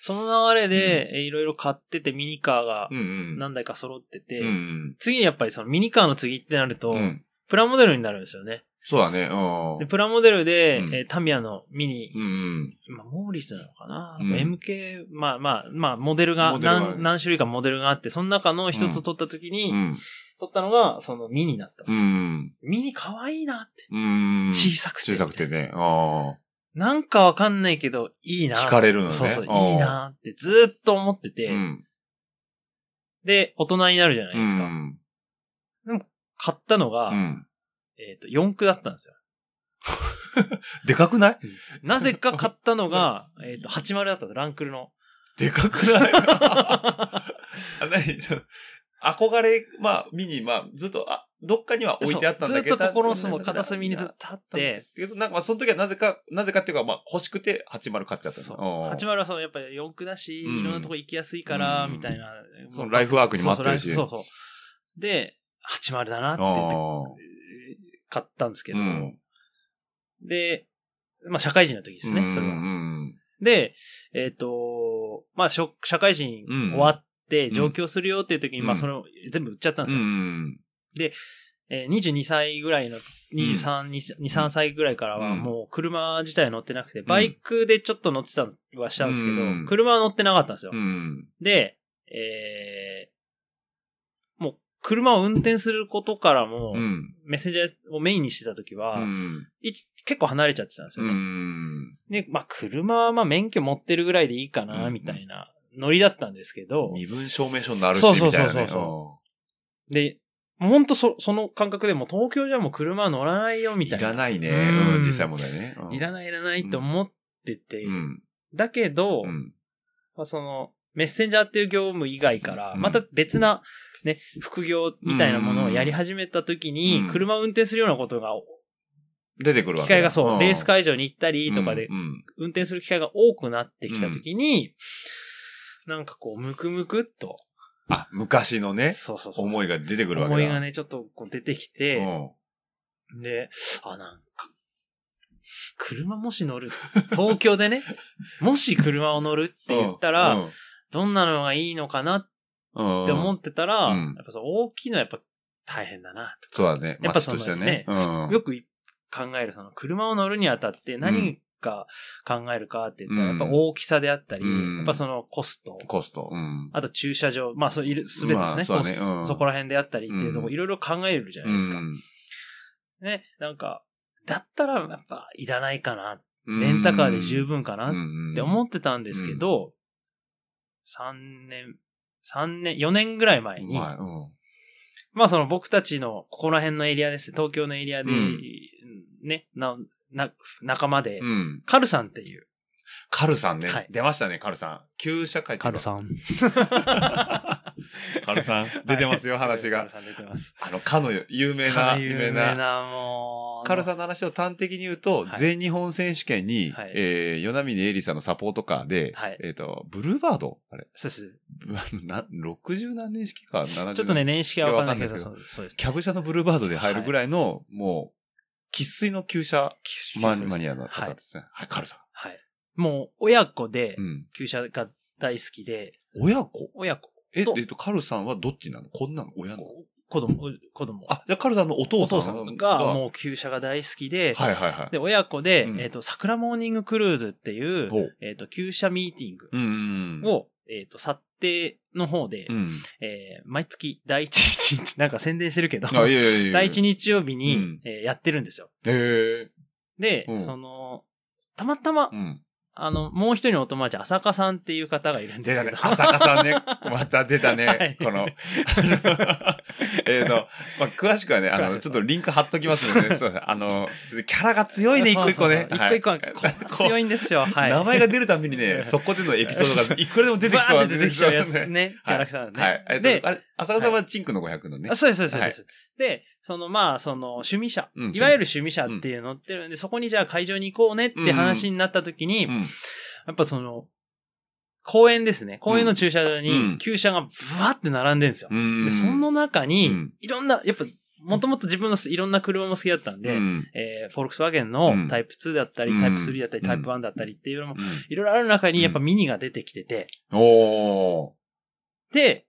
S3: その流れで、えいろいろ買っててミニカーが
S2: うんうん。
S3: 何台か揃ってて、
S2: うん
S3: 次にやっぱりそのミニカーの次ってなると、
S2: うん。うん。
S3: プラモデルになるんですよね。
S2: そうだね。うん。
S3: でプラモデルで、
S2: うん
S3: えータミヤのミニ、
S2: うんうん。
S3: まあ、モーリスなのかな、
S2: うん
S3: ?MK、まあまあ、まあ、モデルが
S2: モデルが
S3: 何、何種類かモデルがあって、その中の一つ取った時に、
S2: うん。
S3: 取ったのが、そのミニだったん
S2: う
S3: ですよ。
S2: ん。
S3: ミニ可愛いなって。
S2: うん。
S3: 小さくて。
S2: 小さくてね。あ
S3: なんかわかんないけど、いいな。
S2: 惹かれるのね
S3: そうそう、い
S2: ああ
S3: いなってずーっと思って
S2: あ。
S3: て、
S2: うん。
S3: で、大人になるじゃないですか。
S2: うん。
S3: 買ったのが、
S2: うん
S3: えっ、と、四駆だったんですよ。
S2: でかくない
S3: なぜか買った のが、えっと、80だったんですランクルの。
S2: でかくない あ、なに、ちょ憧れ、まあ、見に、まあ、ずっと、あ、どっかには置いてあったんだけど。
S3: そうずっと心の隅の片隅にずっとあって、
S2: けど、なんか、まあ、その時はなぜか、なぜかっていうか、まあ、欲しくて、80買っちゃった
S3: そう
S2: の。うん
S3: 80はそのやっぱり四駆だし、
S2: うん
S3: いろんなとこ行きやすいから、
S2: うん
S3: みたいな。
S2: そのライフワークにも合ってるし。
S3: そうそうそうそう。で、80だなって言って
S2: ああ
S3: 買ったんですけど、
S2: うん
S3: で、まあ社会人の時ですね、
S2: うん
S3: それ
S2: う
S3: は。
S2: ん
S3: で、えっ、と、まあしょ社会人
S2: うん
S3: 終わって
S2: ん
S3: 上京するよっていう時に、
S2: うん
S3: まあそれを全部売っちゃったん
S2: う
S3: ですよ。
S2: ん。
S3: えー22歳ぐらいの、23、2 3歳ぐらいからは
S2: うん
S3: もう車自体乗ってなくて、バイクでちょっと乗ってたはしたんですけど、
S2: うん
S3: 車は乗ってなかったんですよ。
S2: うん。
S3: で、えーもう車を運転することからも、
S2: うん。
S3: メッセンジャーをメインにしてた時は、
S2: うん。
S3: い結構離れちゃってたんですよね。
S2: うん。
S3: で、まあ車はまあ免許持ってるぐらいでいいかな、みたいなノリだったんですけど、
S2: 身分証明書になるし、
S3: そうそ
S2: み
S3: うそ
S2: た
S3: う
S2: いなね。
S3: そうそで、もうほんとそその感覚でもう東京じゃもう車は乗らないよ、
S2: うん
S3: み
S2: い
S3: たいな。
S2: らないね。
S3: うん
S2: うん実際問題ね。
S3: いら
S2: ない。
S3: ないいらないって思ってて、
S2: うん。
S3: だけど、
S2: うん
S3: まあ、その、メッセンジャーっていう業務以外から、
S2: うん
S3: また別な、ね、副業みたいなものをやり始めた時
S2: う
S3: に
S2: ん、
S3: 車を運転するようなことが、
S2: 出てくるわ
S3: 機
S2: けだ。
S3: 会がそう、
S2: ん
S3: レース会場に行ったりとかで
S2: う、ん
S3: 運転する機会が多くなってきた時に、なんかこう、ムクムクっと、
S2: あ、昔のね、
S3: そうそうそう。
S2: 思いが出てくるわけだ。
S3: 思いがね、ちょっとこう出てきて、で、あ、なんか、車もし乗る、東京 でね、もし車を乗るって言ったら、
S2: うん、
S3: どんなのがいいのかなっ
S2: うん
S3: て思ってたら、
S2: うん
S3: やっぱそう大きいのはやっぱ大変だな
S2: そうだね。
S3: やっぱその
S2: 街としてね。
S3: ねと。
S2: うん
S3: よく考える、その車を乗るにあたって何が考えるかって言ったら、
S2: うん
S3: やっぱ大きさであったり、
S2: うん
S3: やっぱそのコスト。
S2: コスト。うん
S3: あと駐車場、まあそういる、すべてですね。
S2: まあそう
S3: コ
S2: だね
S3: ス
S2: うん
S3: そこら辺であったりっていうとこ、
S2: うん
S3: いろいろ考えるじゃないですか。ね、なんか、だったらやっぱいらないかなっレンタカーで
S2: 分
S3: 十分かなっ
S2: って
S3: 思ってたんですけど、3年、三年、4年ぐらい前に、
S2: はい、うん。
S3: まあその僕たちのここら辺のエリアですね、東京のエリアで
S2: うん、
S3: ね、な、な、仲間で、
S2: うん。
S3: カルさんっていう。
S2: カルさんね。
S3: はい
S2: 出ましたね、カルさん。旧社会ん。
S3: ん。
S2: カルさん。出てますよ、話
S3: カ
S2: が
S3: ル。さん出てます。
S2: あの、かの有名
S3: か
S2: な、
S3: なり
S2: 有
S3: 有
S2: 名
S3: 名
S2: な。
S3: な、もう。
S2: カルさんの話を端的に言うと、
S3: はい
S2: 全日本選手権に、
S3: はい
S2: えー、ヨナミネエリさんのサポートカーで、
S3: はい
S2: えっ、と、ブルーバードあれ
S3: そうです。
S2: ぶな、60何年式か、70年
S3: ちょっとね、年式はわかんないけど、
S2: いやわか
S3: そうそうです。
S2: キャブ車のブルーバードで入るぐらいの、もう、喫水の旧車ママニアの方ですね。はい、カルさ
S3: はい。もう、親子で
S2: ん。う、ん。
S3: 旧車が大好きで、
S2: 親子
S3: 親子、
S2: え、
S3: と
S2: えっと、カルさんはどっちなのこんなの親の
S3: 子供、子供。
S2: あ、じゃあカルさんのお父
S3: お
S2: さん
S3: 父さんが、もう旧車が大好きで、
S2: はいはいはい。
S3: で、親子で、
S2: うん
S3: えっ、と、桜モーニングクルーズっていう、
S2: ほう
S3: えっ、と、旧車ミーティング
S2: うんうんうん。
S3: を、えっ、と、去っての方で、
S2: うん。
S3: えー毎月第一日、 なんか宣伝してるけど、
S2: あ、いやいやいや。
S3: 第一日曜日に、
S2: うん
S3: えーやってるんですよ。
S2: え
S3: で、
S2: うん
S3: その、たまたま、
S2: え。うん。
S3: あの、もう一人のお友達、浅香さんっていう方がいるんで
S2: 出
S3: す
S2: た
S3: け
S2: ね
S3: ど。。
S2: 浅香さんね。また出た
S3: は
S2: ね
S3: い。
S2: この。えっと、まあ、詳しくはね、あ
S3: 詳し
S2: の、
S3: く
S2: ちょっとリンク貼っときますのでね。そうあの、キャラが強いね、一個一個ね。
S3: そうそう
S2: は
S3: そう
S2: い
S3: 一個一個は、こう強いんですよ。はい。
S2: 名前が出るたびにね、そこでのエピソー ドがいくらでも出てきそうな
S3: バーって出てきちゃうやつ
S2: ね。
S3: ね、キャラクターね。
S2: はい。えっ
S3: で
S2: と、あれ、浅香さんはチンクの500のね
S3: あ。そうです、そうです、そうです。で、その、まあ、その、趣味者、
S2: うん
S3: いわゆる趣味者っていうのってるんで、そこにじゃあ会場に行こうねって話になった時に、
S2: うん。
S3: やっぱその、公園ですね。公園の駐車場
S2: うん
S3: に、旧車がブワーって並んでるんですよ。
S2: うん
S3: で、その中
S2: う
S3: に
S2: ん、
S3: いろんな、やっぱ、もともと自分のいろんな車も好きだったんで、
S2: うん
S3: えーフォルクスワーゲン
S2: うん
S3: のタイプ2だったり、
S2: うん
S3: タイプ3だったり、
S2: うん
S3: タイプ1だったりっていうのも、
S2: うん
S3: いろいろある中にやっぱ
S2: う
S3: ミニが出てきてて、
S2: おー。
S3: で、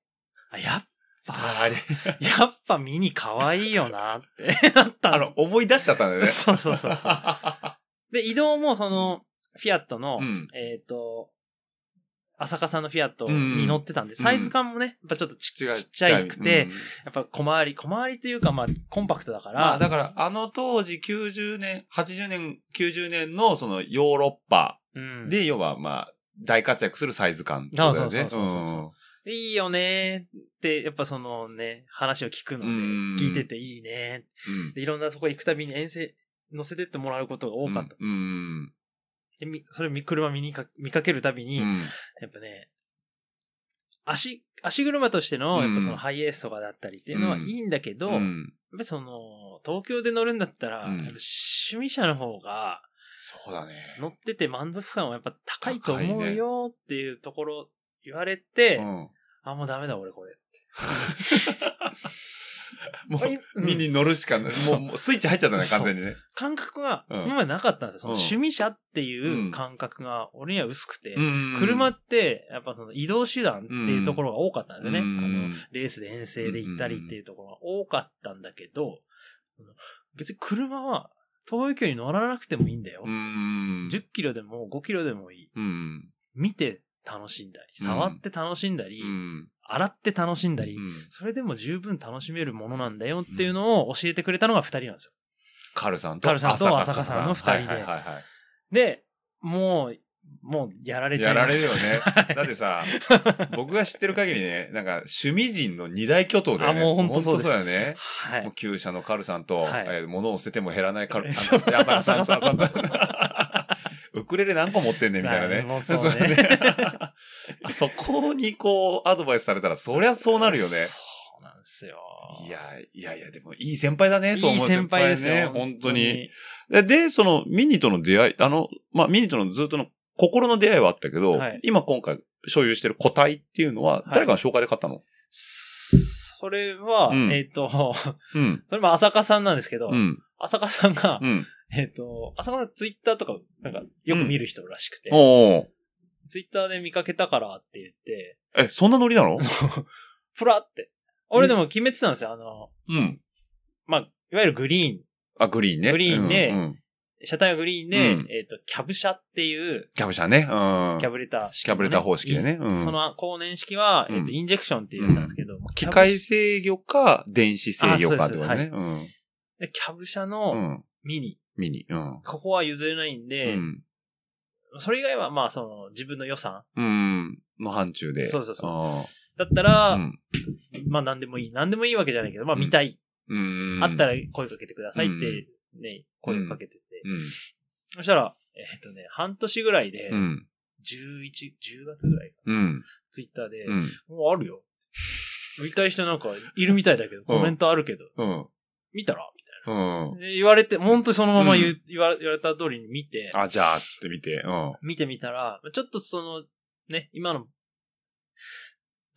S3: あや っぱ、
S2: あれ、
S3: やっぱミニ可愛いよなって なった
S2: あの、思い出しちゃったんだよね。
S3: そうそうそう。 で、移動もその、フィアットの、
S2: うん
S3: えっ、と、浅香さんのフィアットに乗ってたん
S2: う
S3: で、
S2: ん
S3: サイズ感もね、やっぱちょっとち
S2: 違う
S3: ちっちゃいくて、
S2: うん
S3: やっぱ小回り、小回りというか、まあ、コンパクトだから、
S2: まあ、だから、あの当時90年、80年、90年のそのヨーロッパ
S3: うん、
S2: で、要はまあ、大活躍するサイズ感ってことだよね。
S3: あそうそうそうそういいよねーって、やっぱそのね、話を聞くので、
S2: うん
S3: 聞いてていいね
S2: うんうん
S3: ーでいろんなとこ行くたびに遠征、乗せてってもらうことが多かった。
S2: うんうん。
S3: でみそれみ車見にか見かけるたびに、
S2: うん
S3: やっぱね、足、足車としての、
S2: うん
S3: やっぱそのハイエースとかだったりっていうのは
S2: う
S3: い
S2: ん
S3: いんだけど、
S2: う
S3: やっ
S2: ん
S3: ぱりその、東京で乗るんだったら、
S2: うん
S3: やっぱ趣味者の方が
S2: そうだね。
S3: 乗ってて満足感はやっぱ高いと思
S2: 高いうね
S3: よっていうところ言われて、
S2: うん
S3: あ、もうダメだ俺これ。
S2: も
S3: あいうん
S2: う、 見に乗るしかない。も
S3: そう
S2: う、もうスイッチ入っちゃったね、完全にね。
S3: 感覚が
S2: うん
S3: 今までなかったんですよ。その
S2: うん
S3: 趣味者っていううん感覚が俺には薄くて、
S2: うん
S3: 車ってやっぱその移動手段っていうところが多かったんですよね。
S2: うん
S3: あのレースで遠征で行ったりっていうところが多かったんだけど、別に車は遠い距離乗らなくてもいいんだよ。
S2: うん。
S3: 10キロでも5キロでもいい。
S2: うん。
S3: 見て楽しんだり、
S2: うん
S3: 触って楽しんだり、
S2: うん。
S3: 洗って楽しんだり、
S2: うん
S3: それでも十分楽しめるものなんだよっていうのを教えてくれたのが2人なんですよ。
S2: カルさんと
S3: カルさんと浅香さんの二人で
S2: はいはいはいはい
S3: で、もう、もうやられちゃ
S2: や
S3: い
S2: ら
S3: ま
S2: れる
S3: す
S2: よね。だってさ、僕が知ってる限りね、なんか趣味人の二大巨頭だよね。
S3: あもうほんとそうです
S2: ほんとだよね。
S3: は
S2: もう
S3: い。
S2: 旧車のカルさんと、
S3: はい
S2: えー物を捨てても減らないカル、あの
S3: そう
S2: 浅香さんと、
S3: 浅香さん
S2: 浅香さんウクレレ何個持ってんねんみたいなね。
S3: はいもうそうね
S2: だね そこにこう、アドバイスされたら、そりゃそうなるよね。
S3: そうなんですよ。
S2: いや、いやいや、でもいい先輩だね、そう
S3: いい
S2: 思う
S3: 先輩です
S2: ね
S3: よ。
S2: 本当に。。で、でその、ミニとの出会い、あの、まあ、ミニとのずっとの心の出会いはあったけど、
S3: はい
S2: 今今回所有してる個体っていうのは、
S3: い
S2: 誰かの紹介で買ったの、
S3: それは、
S2: うん
S3: えっ、と、
S2: うん。
S3: それも浅香さんなんですけど、
S2: うん。
S3: 浅香さんが、
S2: うん。
S3: えっ、と、浅香さんツイッターとか、なんか、よく見る人らしくて、
S2: おー
S3: ツイッターで見かけたからって言って、
S2: え、そんなノリなの
S3: ふらって。俺でも決めてたんですよ。あの、
S2: うん。
S3: まあ、いわゆるグリーン、
S2: あ、グリーンね。
S3: グリーンで
S2: うんうん
S3: 車体がグリーンで、
S2: うん
S3: えっ、と、キャブ車っていう、
S2: キャブ車ね。うん。
S3: キャブレター式
S2: キャ
S3: のね、
S2: ブレター方式でね。うん。
S3: その後年式は、
S2: うん
S3: えっ、と、インジェクションっていうやつなんですけど、キ
S2: 機
S3: ャブ
S2: 械制御か、電子制御か
S3: あそう
S2: で
S3: です
S2: はね。うん
S3: でキャブ車
S2: う
S3: の
S2: ん。
S3: ミニ
S2: ミニ。うん。
S3: ここは譲れないん
S2: う
S3: で、
S2: ん。
S3: それ以外はまあその自分の予算
S2: うん。の範疇で。
S3: そうそうそう
S2: あ
S3: だった
S2: ー
S3: ら、
S2: うん。
S3: まあ何でもいい。何でもいいわけじゃないけど、まあ
S2: うん
S3: 見たい。
S2: うん。
S3: あった
S2: ら。
S3: ら声かけてくださいっ
S2: うん
S3: て、ね、声をかけてて。
S2: うん。
S3: そしたら、えっとね、半年ぐらいで、
S2: う
S3: 11、
S2: ん。
S3: 10月ぐらいかな
S2: うん。
S3: ツイッターで
S2: う、ん。
S3: もうあるよ。見たい人なんかいるみたいだけど、コメントあるけど、
S2: うん。
S3: 見たらみた
S2: うん。
S3: いな。で言われて、本当にそのまま
S2: う
S3: 言,、う言わ言われた通りに見て、
S2: あ、じゃあ、つってみて。うん。
S3: 見てみたら、ちょっとその、ね、今の、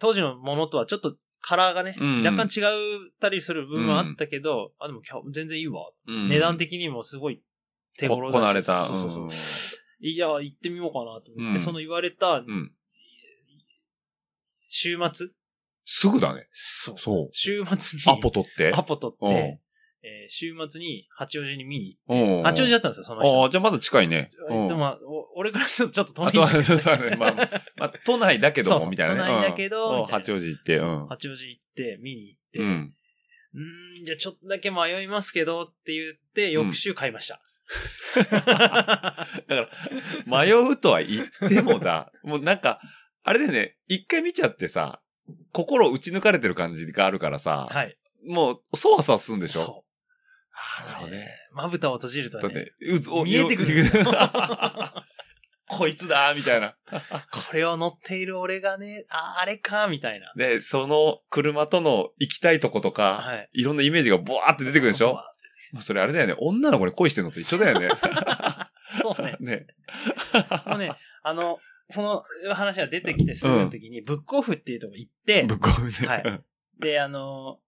S3: 当時のものとはちょっとカラーがね、
S2: うん
S3: 若干違ったりする部分はあったけど、あ、でも今日全然いいわ。
S2: うん
S3: 値段的にもすごい手頃だし。
S2: ここなれた
S3: そうそううんそう。いや、行ってみようかなと思って、
S2: うん
S3: その言われた
S2: うん。
S3: 週末、
S2: すぐだね。
S3: そう
S2: そ
S3: 週末
S2: う。
S3: に、
S2: アポ取って。
S3: アポ取
S2: うん
S3: って、えー週末に八王子に見に行って、
S2: うん。
S3: 八王子だったんですよ、その人。
S2: ああ、じゃあまだ近いね。
S3: え
S2: うん
S3: でも、まあお 俺からするとちょっと遠い
S2: あ
S3: ん
S2: と
S3: だ
S2: は、
S3: け ど
S2: そうだね。まあ、 まあ、都内だけど
S3: そ
S2: も、
S3: う
S2: みたいなね。
S3: 都内だけど
S2: うんうん
S3: みたいな
S2: 八王子行って、うん。
S3: 八王子行って、見に行って、
S2: う
S3: うん
S2: ん。
S3: ーん、じゃあちょっとだけ迷いますけどって言って、翌週買いました。
S2: 迷うとは言ってもだ。 もうなんか、あれだよね、一回見ちゃってさ、心打ち抜かれてる感じがあるからさ、
S3: はい。
S2: もう、そわそわするんでしょ
S3: そ
S2: ああ、なるほどね。
S3: う。まぶたを閉じると
S2: だっ
S3: ね、
S2: て、うずお
S3: 見えてくる
S2: こいつだみたいな。
S3: これを乗っている俺がね、あ、あれか、みたいな。
S2: で、その車との行きたいとことか、
S3: はい。
S2: いろんなイメージがボワーって出てくるでしょもうそれあれだよね。女の子に恋してるのと一緒だよね。
S3: そう ね。
S2: ね。
S3: もうね、あの、その話が出てきてすぐの時に、ブックオフっていうとこ行って、
S2: ぶっこむね。
S3: はいで、あの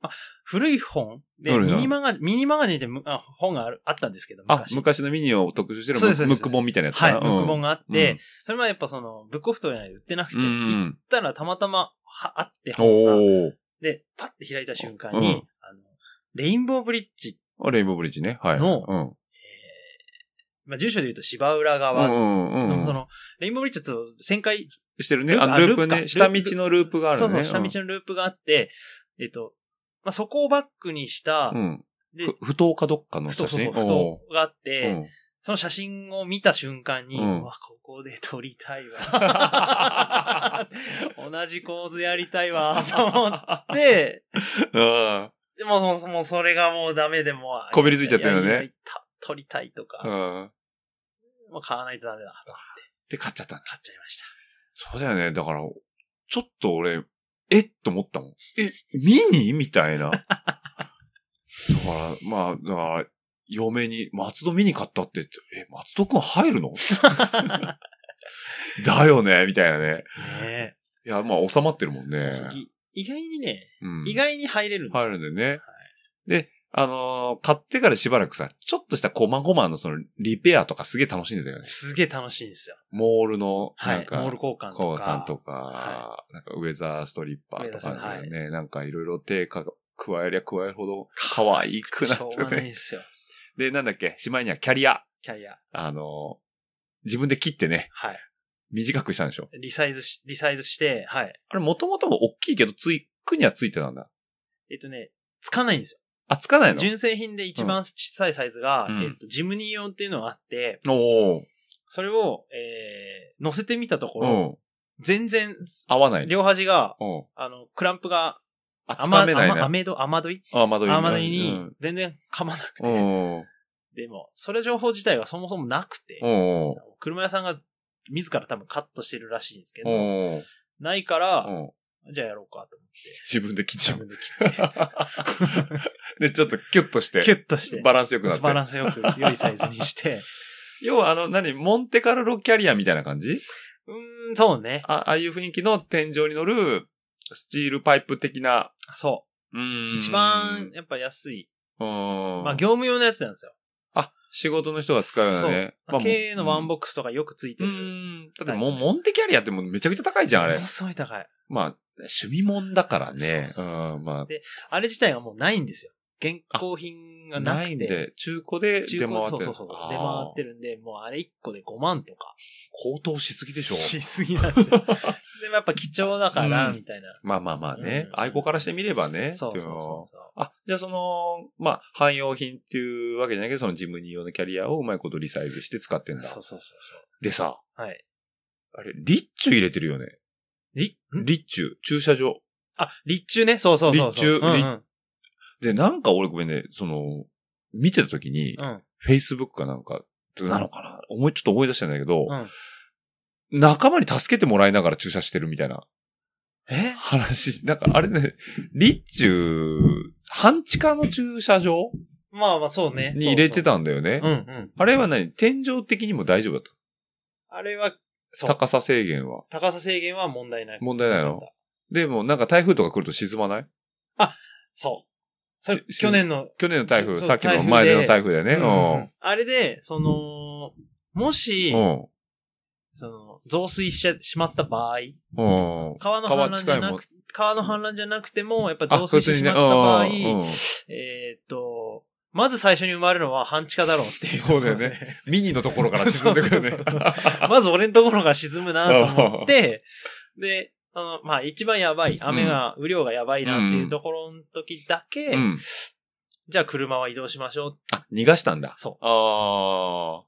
S3: あ、古い本で、
S2: 古い
S3: ミ
S2: 本
S3: ニマガジン、ミニマガジンってむあ本があるあったんですけど、
S2: あ、
S3: 昔。
S2: 昔のミニを特集してる
S3: そ
S2: ム
S3: うですそう
S2: ム
S3: です
S2: ック本みたいなやつ
S3: は
S2: かな。
S3: い、ムック本
S2: が
S3: があっ
S2: う
S3: て
S2: ん、
S3: それまでやっぱその、ブックオフとかには売ってなくて、
S2: う
S3: 行っ
S2: ん。
S3: たらたまたまはあって
S2: お
S3: 本が、で、パッて開いた瞬間に、
S2: うん
S3: あの、レインボーブリッジ、
S2: お。レインボーブリッジね。はい。
S3: の
S2: うん。
S3: まあ、住所で言うと芝浦
S2: う
S3: 側の、
S2: んうんうん
S3: そ
S2: うん。
S3: の、レインボーブリッジって旋回、
S2: してるね。
S3: ループ
S2: あのループ
S3: あル
S2: ね。
S3: ープ
S2: 下道のループがあるね。
S3: そうそう、下道のループがあって、えっと、まあ、そこをバックにした、
S2: うん。
S3: で、
S2: ふ不当かどっかの
S3: ふと、
S2: 写
S3: そう
S2: 真
S3: そう、ふとがあって、
S2: うん
S3: その写真を見た瞬間に、
S2: う
S3: うんわ、ここで撮りた いわ。同じ構図やりたいわ、と思って、
S2: うん
S3: でももう、もうそれがもうダメでもう、
S2: こびりついちゃったよね
S3: やりたい撮りたいとか、
S2: うん。
S3: もう買わないとダメだと、
S2: で、買っちゃったんだ。
S3: 買っちゃいました。
S2: そうだよね。だから、ちょっと俺、えっと思ったもん。え、ミニみたいな。だから、まあ、だから、嫁に、松戸ミニ買ったって言って、え、松戸くん入 るのだよね、みたいなね。
S3: ね
S2: いや、まあ、収まってるもんね
S3: え。。 次意外にね、
S2: うん
S3: 意外に入れるんです
S2: 入
S3: よ。
S2: るんだよね。で、あのー買ってからしばらくさ、ちょっとしたコマコマのその、リペアとかすげえ楽しんでたよね。
S3: すげえ楽しいんですよ。
S2: モールの、
S3: は
S2: ないん。か、
S3: モール交換
S2: コ
S3: と
S2: ウさん
S3: か。
S2: とか、
S3: は
S2: なんかウェザーストリッパーとか
S3: ウェザーさん
S2: ね、なんかいろいろ手か加えりゃ加えるほど可愛くなっ
S3: しょう
S2: て
S3: がないん
S2: ね。
S3: ですよ。
S2: で、なんだっけ、しまいにはキャリア。
S3: キャリア。
S2: あの、自分で切ってね、
S3: はい。
S2: 短くしたんでしょ。
S3: リサイズし、リサイズして、はい。
S2: あれ、もともとも大きいけど、つい、くにはついてたんだ。
S3: えっとね、つかないんですよ
S2: あ、つかないの
S3: 純正品で一番小さいサイズが、
S2: うん
S3: えっと、ジムニー用っていうのがあって、
S2: おー
S3: それを、えー、乗せてみたとこ
S2: う
S3: ろ、
S2: ん。
S3: 全然、
S2: 合わないね。
S3: 両端が、
S2: うん。
S3: あの、クランプが、
S2: あ、つ
S3: 甘、
S2: かめない
S3: 甘、
S2: な。
S3: 雨ど、雨どい
S2: あ、窓
S3: 雨どいに、全然噛まなく
S2: う
S3: て。
S2: ん。うん。
S3: でも、それ情報自体がそもそもなくて
S2: う、ん。
S3: 車屋さんが自ら多分カットしてるらしいんですけ
S2: う
S3: ど、
S2: ん。うん
S3: ないから、じゃあやろうかと思って、
S2: 自分で切っち
S3: 自
S2: ゃう。
S3: 分で切って、
S2: で、ちょっとキュッとして。
S3: キュッとして、
S2: バランス良くなって。
S3: バランスよく、良いサイズにして、
S2: 要はあの、何モンテカルロキャリアみたいな感じ
S3: うーん、そうね。
S2: あああいう雰囲気の天井に乗るスチールパイプ的な。
S3: そう。
S2: うーん
S3: 一番、、やっぱ安い。
S2: ま
S3: まあ、業務用のやつなんですよ。
S2: あ、仕事の人が使うようなね。まあ、
S3: 軽のワン
S2: ボ
S3: ボックスとかよくついて
S2: う
S3: る。
S2: ん。だってもう、モンテキャリアってもうめちゃくちゃ高いじゃん、あれ
S3: もの。すごい高い。
S2: まあ、趣味もんだからね。
S3: そうそうそうそ
S2: う
S3: う
S2: んまあ、
S3: であれ自体がもうないんですよ。現行品がなく
S2: いん
S3: て、
S2: で、中古で
S3: 中
S2: 出
S3: 古
S2: 回って
S3: そ
S2: る。
S3: うそうそう、出回って
S2: る。
S3: るんで、もうあれ1個で5万とか。
S2: 高騰しすぎでしょ。
S3: しすぎなんですよ。でもやっぱ貴重だから、
S2: うん
S3: みたいな。
S2: まあまあまあね
S3: う。ん
S2: 愛好からしてみればね。
S3: そうそう
S2: っていのは
S3: そうそう。
S2: あ、じゃあその、まあ、汎用品っていうわけじゃないけど、そのジムニー用のキャリアをうまいことリサイズして使ってんだ。
S3: そうそうそうそ
S2: でさ、
S3: う。はい。
S2: あれ、リッチュ入れてるよね。
S3: り、ん
S2: リッチュ、駐車場。
S3: あ、立中ね。そうそうそうそう。
S2: 立中
S3: うん
S2: 立で、なんか俺ごめんね、その、見てた時に、
S3: うん。
S2: Facebook かなんか、なのかな思い、ちょっと思い出したんだけど、
S3: うん。うん
S2: 仲間に助けてもらいながら駐車してるみたいな
S3: え
S2: 話。なんかあれね、リッチュ、半地下の駐車場
S3: まあまあそうね。
S2: に入れて
S3: そう
S2: たんだよね。
S3: そう。うんうん。
S2: あれは何天井的にも大丈夫だっ
S3: あれは、
S2: た
S3: そう。
S2: 高さ制限は。
S3: 高さ制限は問題ない。
S2: 問題ないの
S3: だった
S2: でもなんか台風とか来ると沈まない
S3: そう。それ、
S2: し
S3: 去年の、
S2: 去年の台風、
S3: そう
S2: さっき
S3: 台
S2: の
S3: 風で
S2: 前の台風だよね。
S3: うんあれで、その、もし、
S2: う
S3: その、増水してしまった場合、
S2: ん。うん。うん。
S3: 川の氾濫じゃなく、川の氾濫じゃなくても、やっぱ増水してしまった場合、
S2: あ普通にねうんうん
S3: えーっと、まず最初に生まれるのは半地下だろうっていう。
S2: そうだよね。ミニのところから沈んでくるね
S3: そう。 そう まず俺のところが沈むなと思って、で、あの、まあ一番やばい、雨が、雨量がやばいなっていうところの時だけ、
S2: うん。
S3: じゃあ車は移動しましょう。
S2: あ、逃がしたんだ。
S3: そう。
S2: あ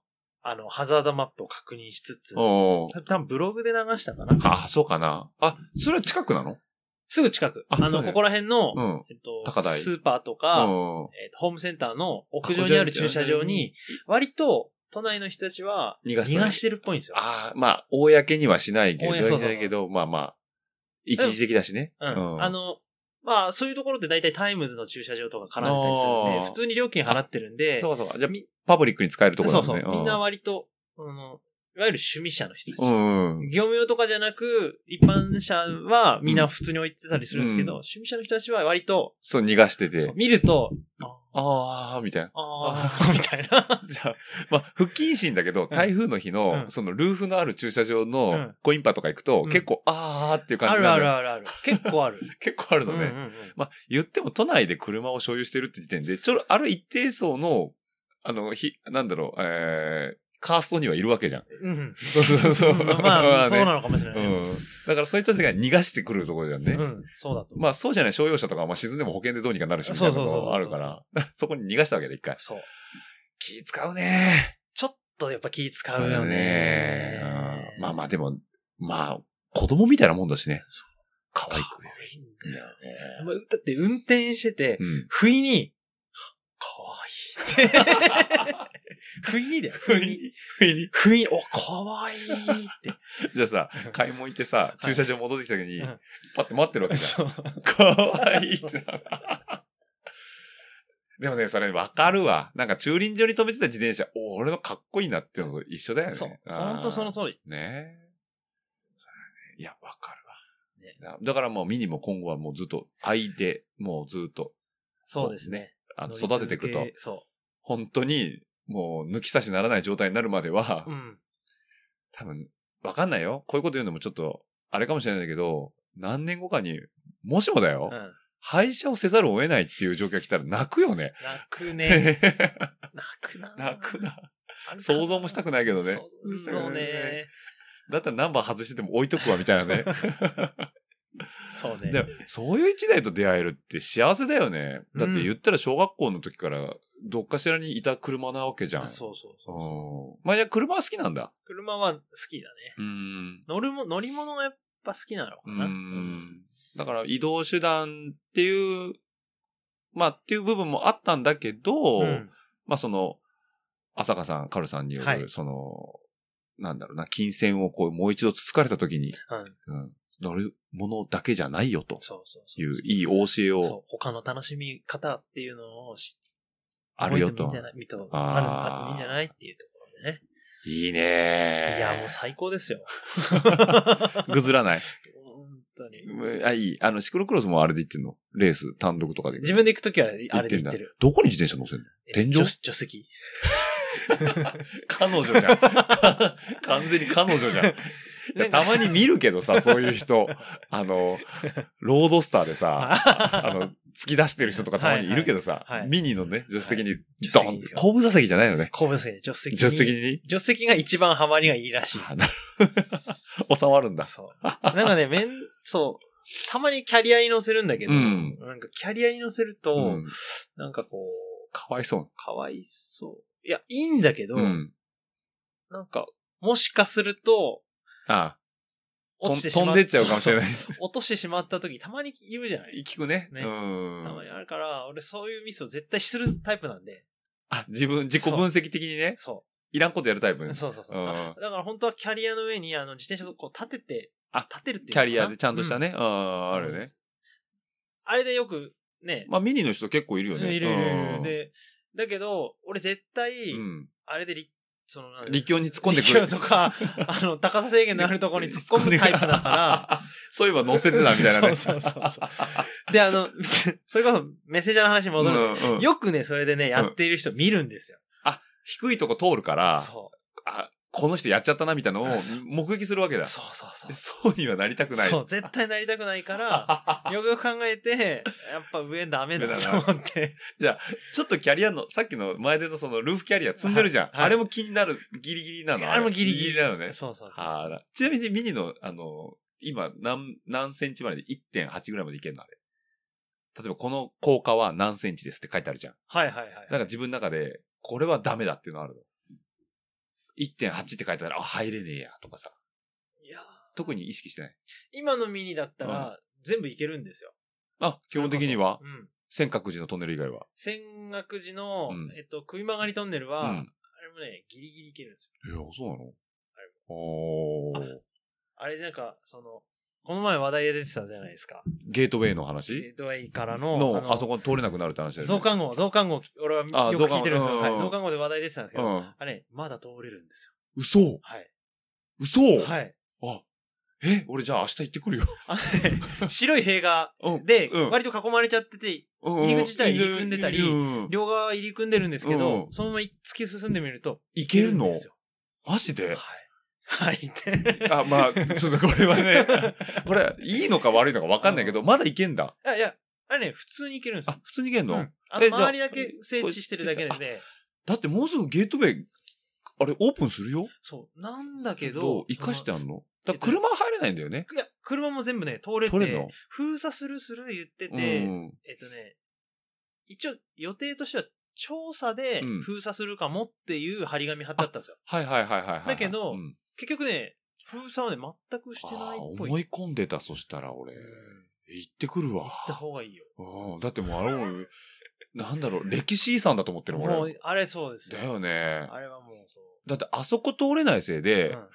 S3: あの、ハザードマップを確認しつつ
S2: あ。、おー
S3: 多分ブログで流したかな。
S2: あ、そうかな。あ、それは近くなの
S3: すぐ近く。
S2: あ
S3: あ
S2: そう
S3: の、
S2: ね
S3: ここら辺の、
S2: うん。
S3: えっと、
S2: 高台
S3: スーパーと
S2: うん。
S3: か、えっとホームセンターの屋上にある駐車場に、割と都内の人たちは
S2: 逃
S3: 逃
S2: が
S3: が
S2: さない
S3: してるっぽいんですよ。
S2: ああ、まあ、公にはしないけど、
S3: 公そうそうそう
S2: だけど、まあまあ、一時的だしね。
S3: うん。あ、の、まあ、そういうところって大体タイムズの駐車場とか絡んでたりする
S2: あ
S3: ん
S2: ー
S3: で、普通に料金払ってるんで、
S2: そうかそうか。じゃあ
S3: み
S2: パブリックに使えるところ
S3: そ
S2: だ
S3: う
S2: ね。
S3: そう、みんな
S2: は、
S3: 割と、あの、いわゆる趣味者の人た
S2: う
S3: ち。
S2: んうん。
S3: 業務用とかじゃなく、一般者はみんな普通に置いてたりするんですけど、
S2: うん
S3: 趣味者の人たちは割と、
S2: そう、逃がして
S3: そ
S2: て
S3: う。見ると、
S2: ああ、みたいな。
S3: あ ー、みたいな。
S2: じゃあ、まあ、不謹慎だけど、台風の日の、
S3: うん
S2: そのルーフのある駐車場
S3: う
S2: の
S3: ん
S2: コインパとか行くと、
S3: うん
S2: 結構、あーっていう感
S3: あ
S2: じに
S3: る
S2: な
S3: あ
S2: る
S3: る。あるある。結 構ある。
S2: 結構あるのね。
S3: うんうんうん
S2: まあ、言っても都内で車を所有してるって時点で、ちょ、ある一定層の、あの、ひ、なんだろう、えー、カーストにはいるわ けじゃん。
S3: うんうん。
S2: そうそうそう
S3: まあ、そうな
S2: の。
S3: のかもしれな
S2: う
S3: いね。
S2: ん。だからそういった人が逃がしてくるところじゃんね。
S3: うん、そうだと思う。
S2: まあそうじゃない、商用車とかはまあ沈んでも保険でどうにかなるし、みたいなこ
S3: そうそうそう
S2: と
S3: そう
S2: あるから、 そこに逃がしたわけで一回。
S3: そう。
S2: 気使うね
S3: ちょっとやっぱ気使
S2: そうだ
S3: よ
S2: ね
S3: ね。
S2: うんまあまあでも、まあ、子供みたいなもんだしね
S3: そ。
S2: 可愛く。
S3: いいんだよまあだって運転してて
S2: う、ん。
S3: 不意に、かわいいって。不意にだよ。不意に。
S2: 不意に。
S3: 不意に、お、かわいいって。
S2: じゃあさ、買い物行って さ、駐車場戻ってきた時に
S3: うん、
S2: パッて待ってるわけじゃん。
S3: そう。
S2: かわいいってな。 でもね、それわかるわ。なんか駐輪場に止めてた自転車、お俺のかっこいいなっていうのと一緒だよね。
S3: そう。
S2: あー
S3: 本当その通り。
S2: ねえ。そうだねいや、わか
S3: ね
S2: るわ。だだからもうミニも今後はもうずっと愛で、もうずっと
S3: そうですね。
S2: あの
S3: 乗り続
S2: 育てていくと
S3: け、そ
S2: 本当にもう抜き差しならない状態になるまでは、
S3: う。うん。
S2: 多分、わかんないよ。こういうこと言うのもちょっと、あれかもしれないんだけど、何年後かに、もしもだよ、
S3: うん。
S2: 廃車をせざるを得ないっていう状況が来たら泣くよね。
S3: 泣くね。 泣くな。
S2: 泣くな。
S3: あるかな。
S2: 想像もしたくないけどね。
S3: そうそうね。
S2: だったらナンバー外してても置いとくわ、みたいなね。
S3: そうね。
S2: でもそういう一台と出会えるって幸せだよね。だって言ったら小学校の時からどっかしらにいた車なわけじゃん。
S3: そうそうそう。
S2: うん。まあ、じゃあ車は好きなんだ。
S3: 車は好きだね。
S2: うん。
S3: 乗るも、乗り物がやっぱ好きなのか
S2: う
S3: な。
S2: ん。だから移動手段っていう、まあっていう部分もあったんだけど、
S3: うん
S2: まあその、浅香さん、カルさんによる、
S3: はい
S2: その、なんだろうな、金銭をこうもう一度つつかれた時に、
S3: うん
S2: うん、乗るものだけじゃないよと
S3: そうそうそう。
S2: いう、いいお教えを
S3: そう。他の楽しみ方っていうのをし、
S2: あるよ
S3: 覚えても
S2: と
S3: いいんじゃ。ない見と、
S2: あー
S3: あるあってもいいんじゃないっていうところでね。
S2: いいねー
S3: いや、もう最高ですよ。
S2: ぐずらない。
S3: 本当 に。
S2: あ、いい。あの、シクロクロスもあれで行ってんのレース、単独とかで。
S3: 自分で行くときはあれで行ってる。
S2: どこに自転車 乗せんの天井
S3: 助助手席。
S2: 彼女じゃん。完全に彼女じゃん。いやたまに見るけどさ、そういう人、あの、ロードスターでさ、あの、突き出してる人とかたまにいるけどさ、
S3: はいはいはい
S2: ミニのね、助手席に、ド
S3: 助手
S2: ン
S3: 席
S2: 後部座席じゃないのね。
S3: 後部席、助手席に。
S2: 助手席に
S3: 助手席が一番ハマりがいいらしい。
S2: あなるほど 収まるんだ。
S3: そう。なんかね、めん、そう。たまにキャリアに乗せるんだけど、
S2: うん
S3: なんかキャリアに乗せると、
S2: うん
S3: なんかこう、
S2: かわいそ
S3: かわいそう。いや、いいんだけど、
S2: う。うん。
S3: なんか、もしかすると、
S2: ああ、と
S3: 落ちてしま
S2: 飛んでっちゃうかもしれない。
S3: そう落としてしまった時、たまに言うじゃない
S2: 聞くね。
S3: ね
S2: うん
S3: たまにあるから、俺そういうミスを絶対するタイプなんで、
S2: あ、自分、自己分析的にね、
S3: そ
S2: いらんことやるタイプね
S3: う。。そうそうそう。
S2: うん
S3: あだから本当はキャリアの上に、あの、自転車をこう立てて、
S2: あ
S3: 立てるっていう
S2: キャリアでちゃんとした
S3: ね。
S2: ね。うん、
S3: う
S2: あ
S3: ん
S2: るよね。。
S3: あれでよく、ね、
S2: まあ、ミニの人結構いるよね。
S3: いるいるいるい
S2: うん
S3: る。で、だけど、俺絶対、
S2: うん。
S3: あれで立、その、なんだ
S2: 立教に突っ込んでくる
S3: 立教とか、あの、高さ制限のあるところに突っ込むタイプだから、
S2: そういえば乗せてたみたいなね。
S3: そうそうそうそう。で、あの、 それこそメッセンジャーの話に戻る。
S2: うんうん
S3: よくね、それでね、やっている人見るんですよ。
S2: 低いとこ通るから、
S3: そ
S2: あ、この人やっちゃったなみたいなのを
S3: そう
S2: 目撃するわけ
S3: う。
S2: だ。
S3: そうそうそう
S2: で。そうにはなりたくない。
S3: そう、絶対なりたくないから、よくよく考えて、やっぱ上ダメだと思って。
S2: ちょっとキャリアの、さっきの前でのそのルーフキャリア積んでるじゃん。
S3: はいはい
S2: あれも気になる、ギリギリなの。
S3: あれもギリギリ
S2: なのね。
S3: そうそうそう。
S2: あらちなみにミニの、あの、今何、何センチまでで1.8ぐらいまでいけるのあれ。例えばこの効果は何センチですって書いてあるじゃん。
S3: はいはい
S2: な
S3: は
S2: ん
S3: い。
S2: か自分の中で、これはダメだっていうのあるの。1.8って書いてあるあ、入れねえや、とかさ。
S3: いやー
S2: 特に意識してない。
S3: 今のミニだったら、全部いけるんですよ。
S2: あ、基本的には
S3: うん。
S2: 尖閣寺のトンネル以外は。
S3: 仙岳寺の、
S2: うん
S3: えっと、首曲がりトンネルは、
S2: う
S3: あれ
S2: ん。
S3: もね、ギリギリいけるんですよ。
S2: えー、そうなのおー。
S3: あれなんか、その、この前話題で出てたじゃないですか。
S2: ゲートウェイの
S3: ゲ
S2: 話
S3: ートウェイからの、
S2: の、あ
S3: の
S2: そこ通れなくなるって話だよね。
S3: 増刊号、増刊号、俺はよ
S2: あ
S3: く聞いてるんです
S2: 増刊号う
S3: よ。
S2: ん
S3: はい
S2: うん
S3: 増刊号で話題出てたんですけ
S2: う
S3: ど、
S2: ん。
S3: あれ、まだ通れるんですよ。
S2: 嘘
S3: はい。
S2: 嘘
S3: はい。
S2: あ、え、俺じゃあ明日行ってくるよ。
S3: あのね白い塀が、
S2: うん
S3: で
S2: うん、
S3: 割と囲まれちゃってて、
S2: 入
S3: 入り口自体入り組んでたり
S2: 行
S3: 両側入り組んでるんですけ
S2: う
S3: ど
S2: ん、
S3: そのまま突き進んでみると、
S2: ける
S3: ん
S2: の
S3: ですよ
S2: マジで
S3: はい。はい。って
S2: あ、まあ、ちょっとこれはね、これ、いいのか悪いのか分かんないけど、まだいけんだ。
S3: あいや、あれね、普通にいけるんですよ
S2: あ、。普通にいけんの、
S3: うんあ
S2: え
S3: の
S2: じゃあ
S3: 周りだけ整地してるだけでね、
S2: だってもうすぐゲートウェイ、あれ、オープンするよ
S3: そう。なんだけ
S2: ど
S3: ど
S2: う、生かしてあんのだから
S3: えっと
S2: 車入れないんだよね。
S3: いや、車も全部ね、通れ
S2: 取れる
S3: て
S2: の、
S3: 封鎖するする言ってて、
S2: うん。
S3: えっとね、一応予定としては調査で
S2: うん
S3: 封鎖するかもっていう張り紙貼ってあったんですよ。
S2: はいはいはいはいはい。
S3: だけど
S2: うん
S3: 結局ね、封鎖はね、全くしてないっ
S2: あー
S3: ぽい。
S2: 思い込んでた、そしたら俺。行ってくるわ
S3: 行。った方がいいよ。
S2: うん。だってもうあれもう、なんだろう、歴史遺産だと思ってるもん
S3: も
S2: 俺
S3: う。、あれそうです
S2: だよね。
S3: あれはもうそう。
S2: だってあそこ通れないせいで、
S3: うん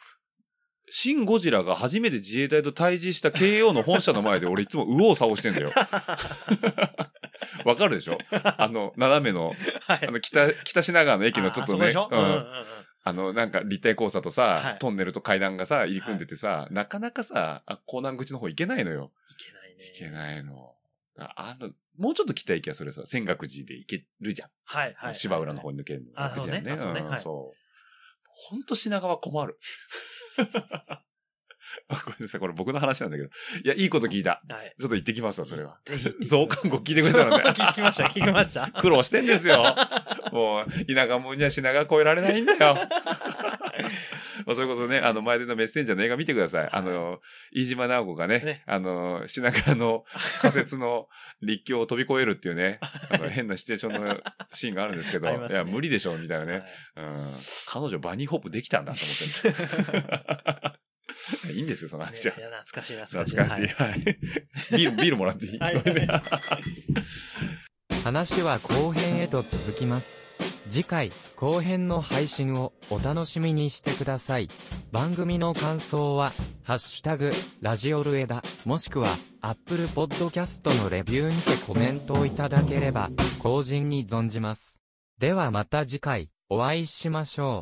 S2: シン・ゴジラが初めて自衛隊と対峙した慶応の本社の前で俺いつも右往左往してんだよ。 わかるでしょあの、斜めの、
S3: はい
S2: あ。の、北、北品川の駅のちょっと
S3: あ
S2: ね、
S3: あそこでしょ
S2: う
S3: うんうんうん
S2: ん。あの、なんか立体交差とさ、
S3: はい
S2: トンネルと階段がさ、入り組んでてさ、なかなかさ、あ港南口の方行けないのよ。
S3: いけ
S2: 行け
S3: ないね。
S2: ないの。ああの、もうちょっと北行きゃそれさ、仙岳寺で行けるじゃん。
S3: はいはい。
S2: 芝浦の方
S3: に。
S2: に抜けるの。
S3: あそうね
S2: 楽じゃん
S3: あそうね
S2: ん
S3: はい
S2: そう。ほんと品川困る。 ごめんなさい、これ僕の話なんだけど。いや、いいこと聞いた。
S3: はい。
S2: ちょっと行ってきますわ、それは。
S3: ぜひ行ってくださ
S2: 増
S3: い。。
S2: 刊号聞いてくれたのね
S3: 聞きました、聞き ました。
S2: 苦労してんですよ。もう、田舎もんには品川越えられないんだ よ。まあ、それこそね、あの、前でのメッセンジャーの映画見てください。あの、飯島直子がね、
S3: ね
S2: あの、品川の仮説の立教を飛び越えるっていうね、あ の、変なシチュエーションのシーンがあるんですけど、
S3: ありま
S2: い
S3: すね
S2: や、無理でしょ、みたいなね
S3: は。い
S2: うん彼女バニーホップできたんだと思っ
S3: 。
S2: てるいいんですよ、その話はい
S3: や、懐かしい、懐かしい。
S2: 懐かしい。はい。ビール、ビールもらっていい
S3: はいはいは
S5: 話は後編へと続きます次回後編の配信をお楽しみにしてください番組の感想は「ハッシュタグラジオルエダ」もしくは Apple Podcast のレビューにてコメントをいただければ後人に存じますではまた次回お会いしましょう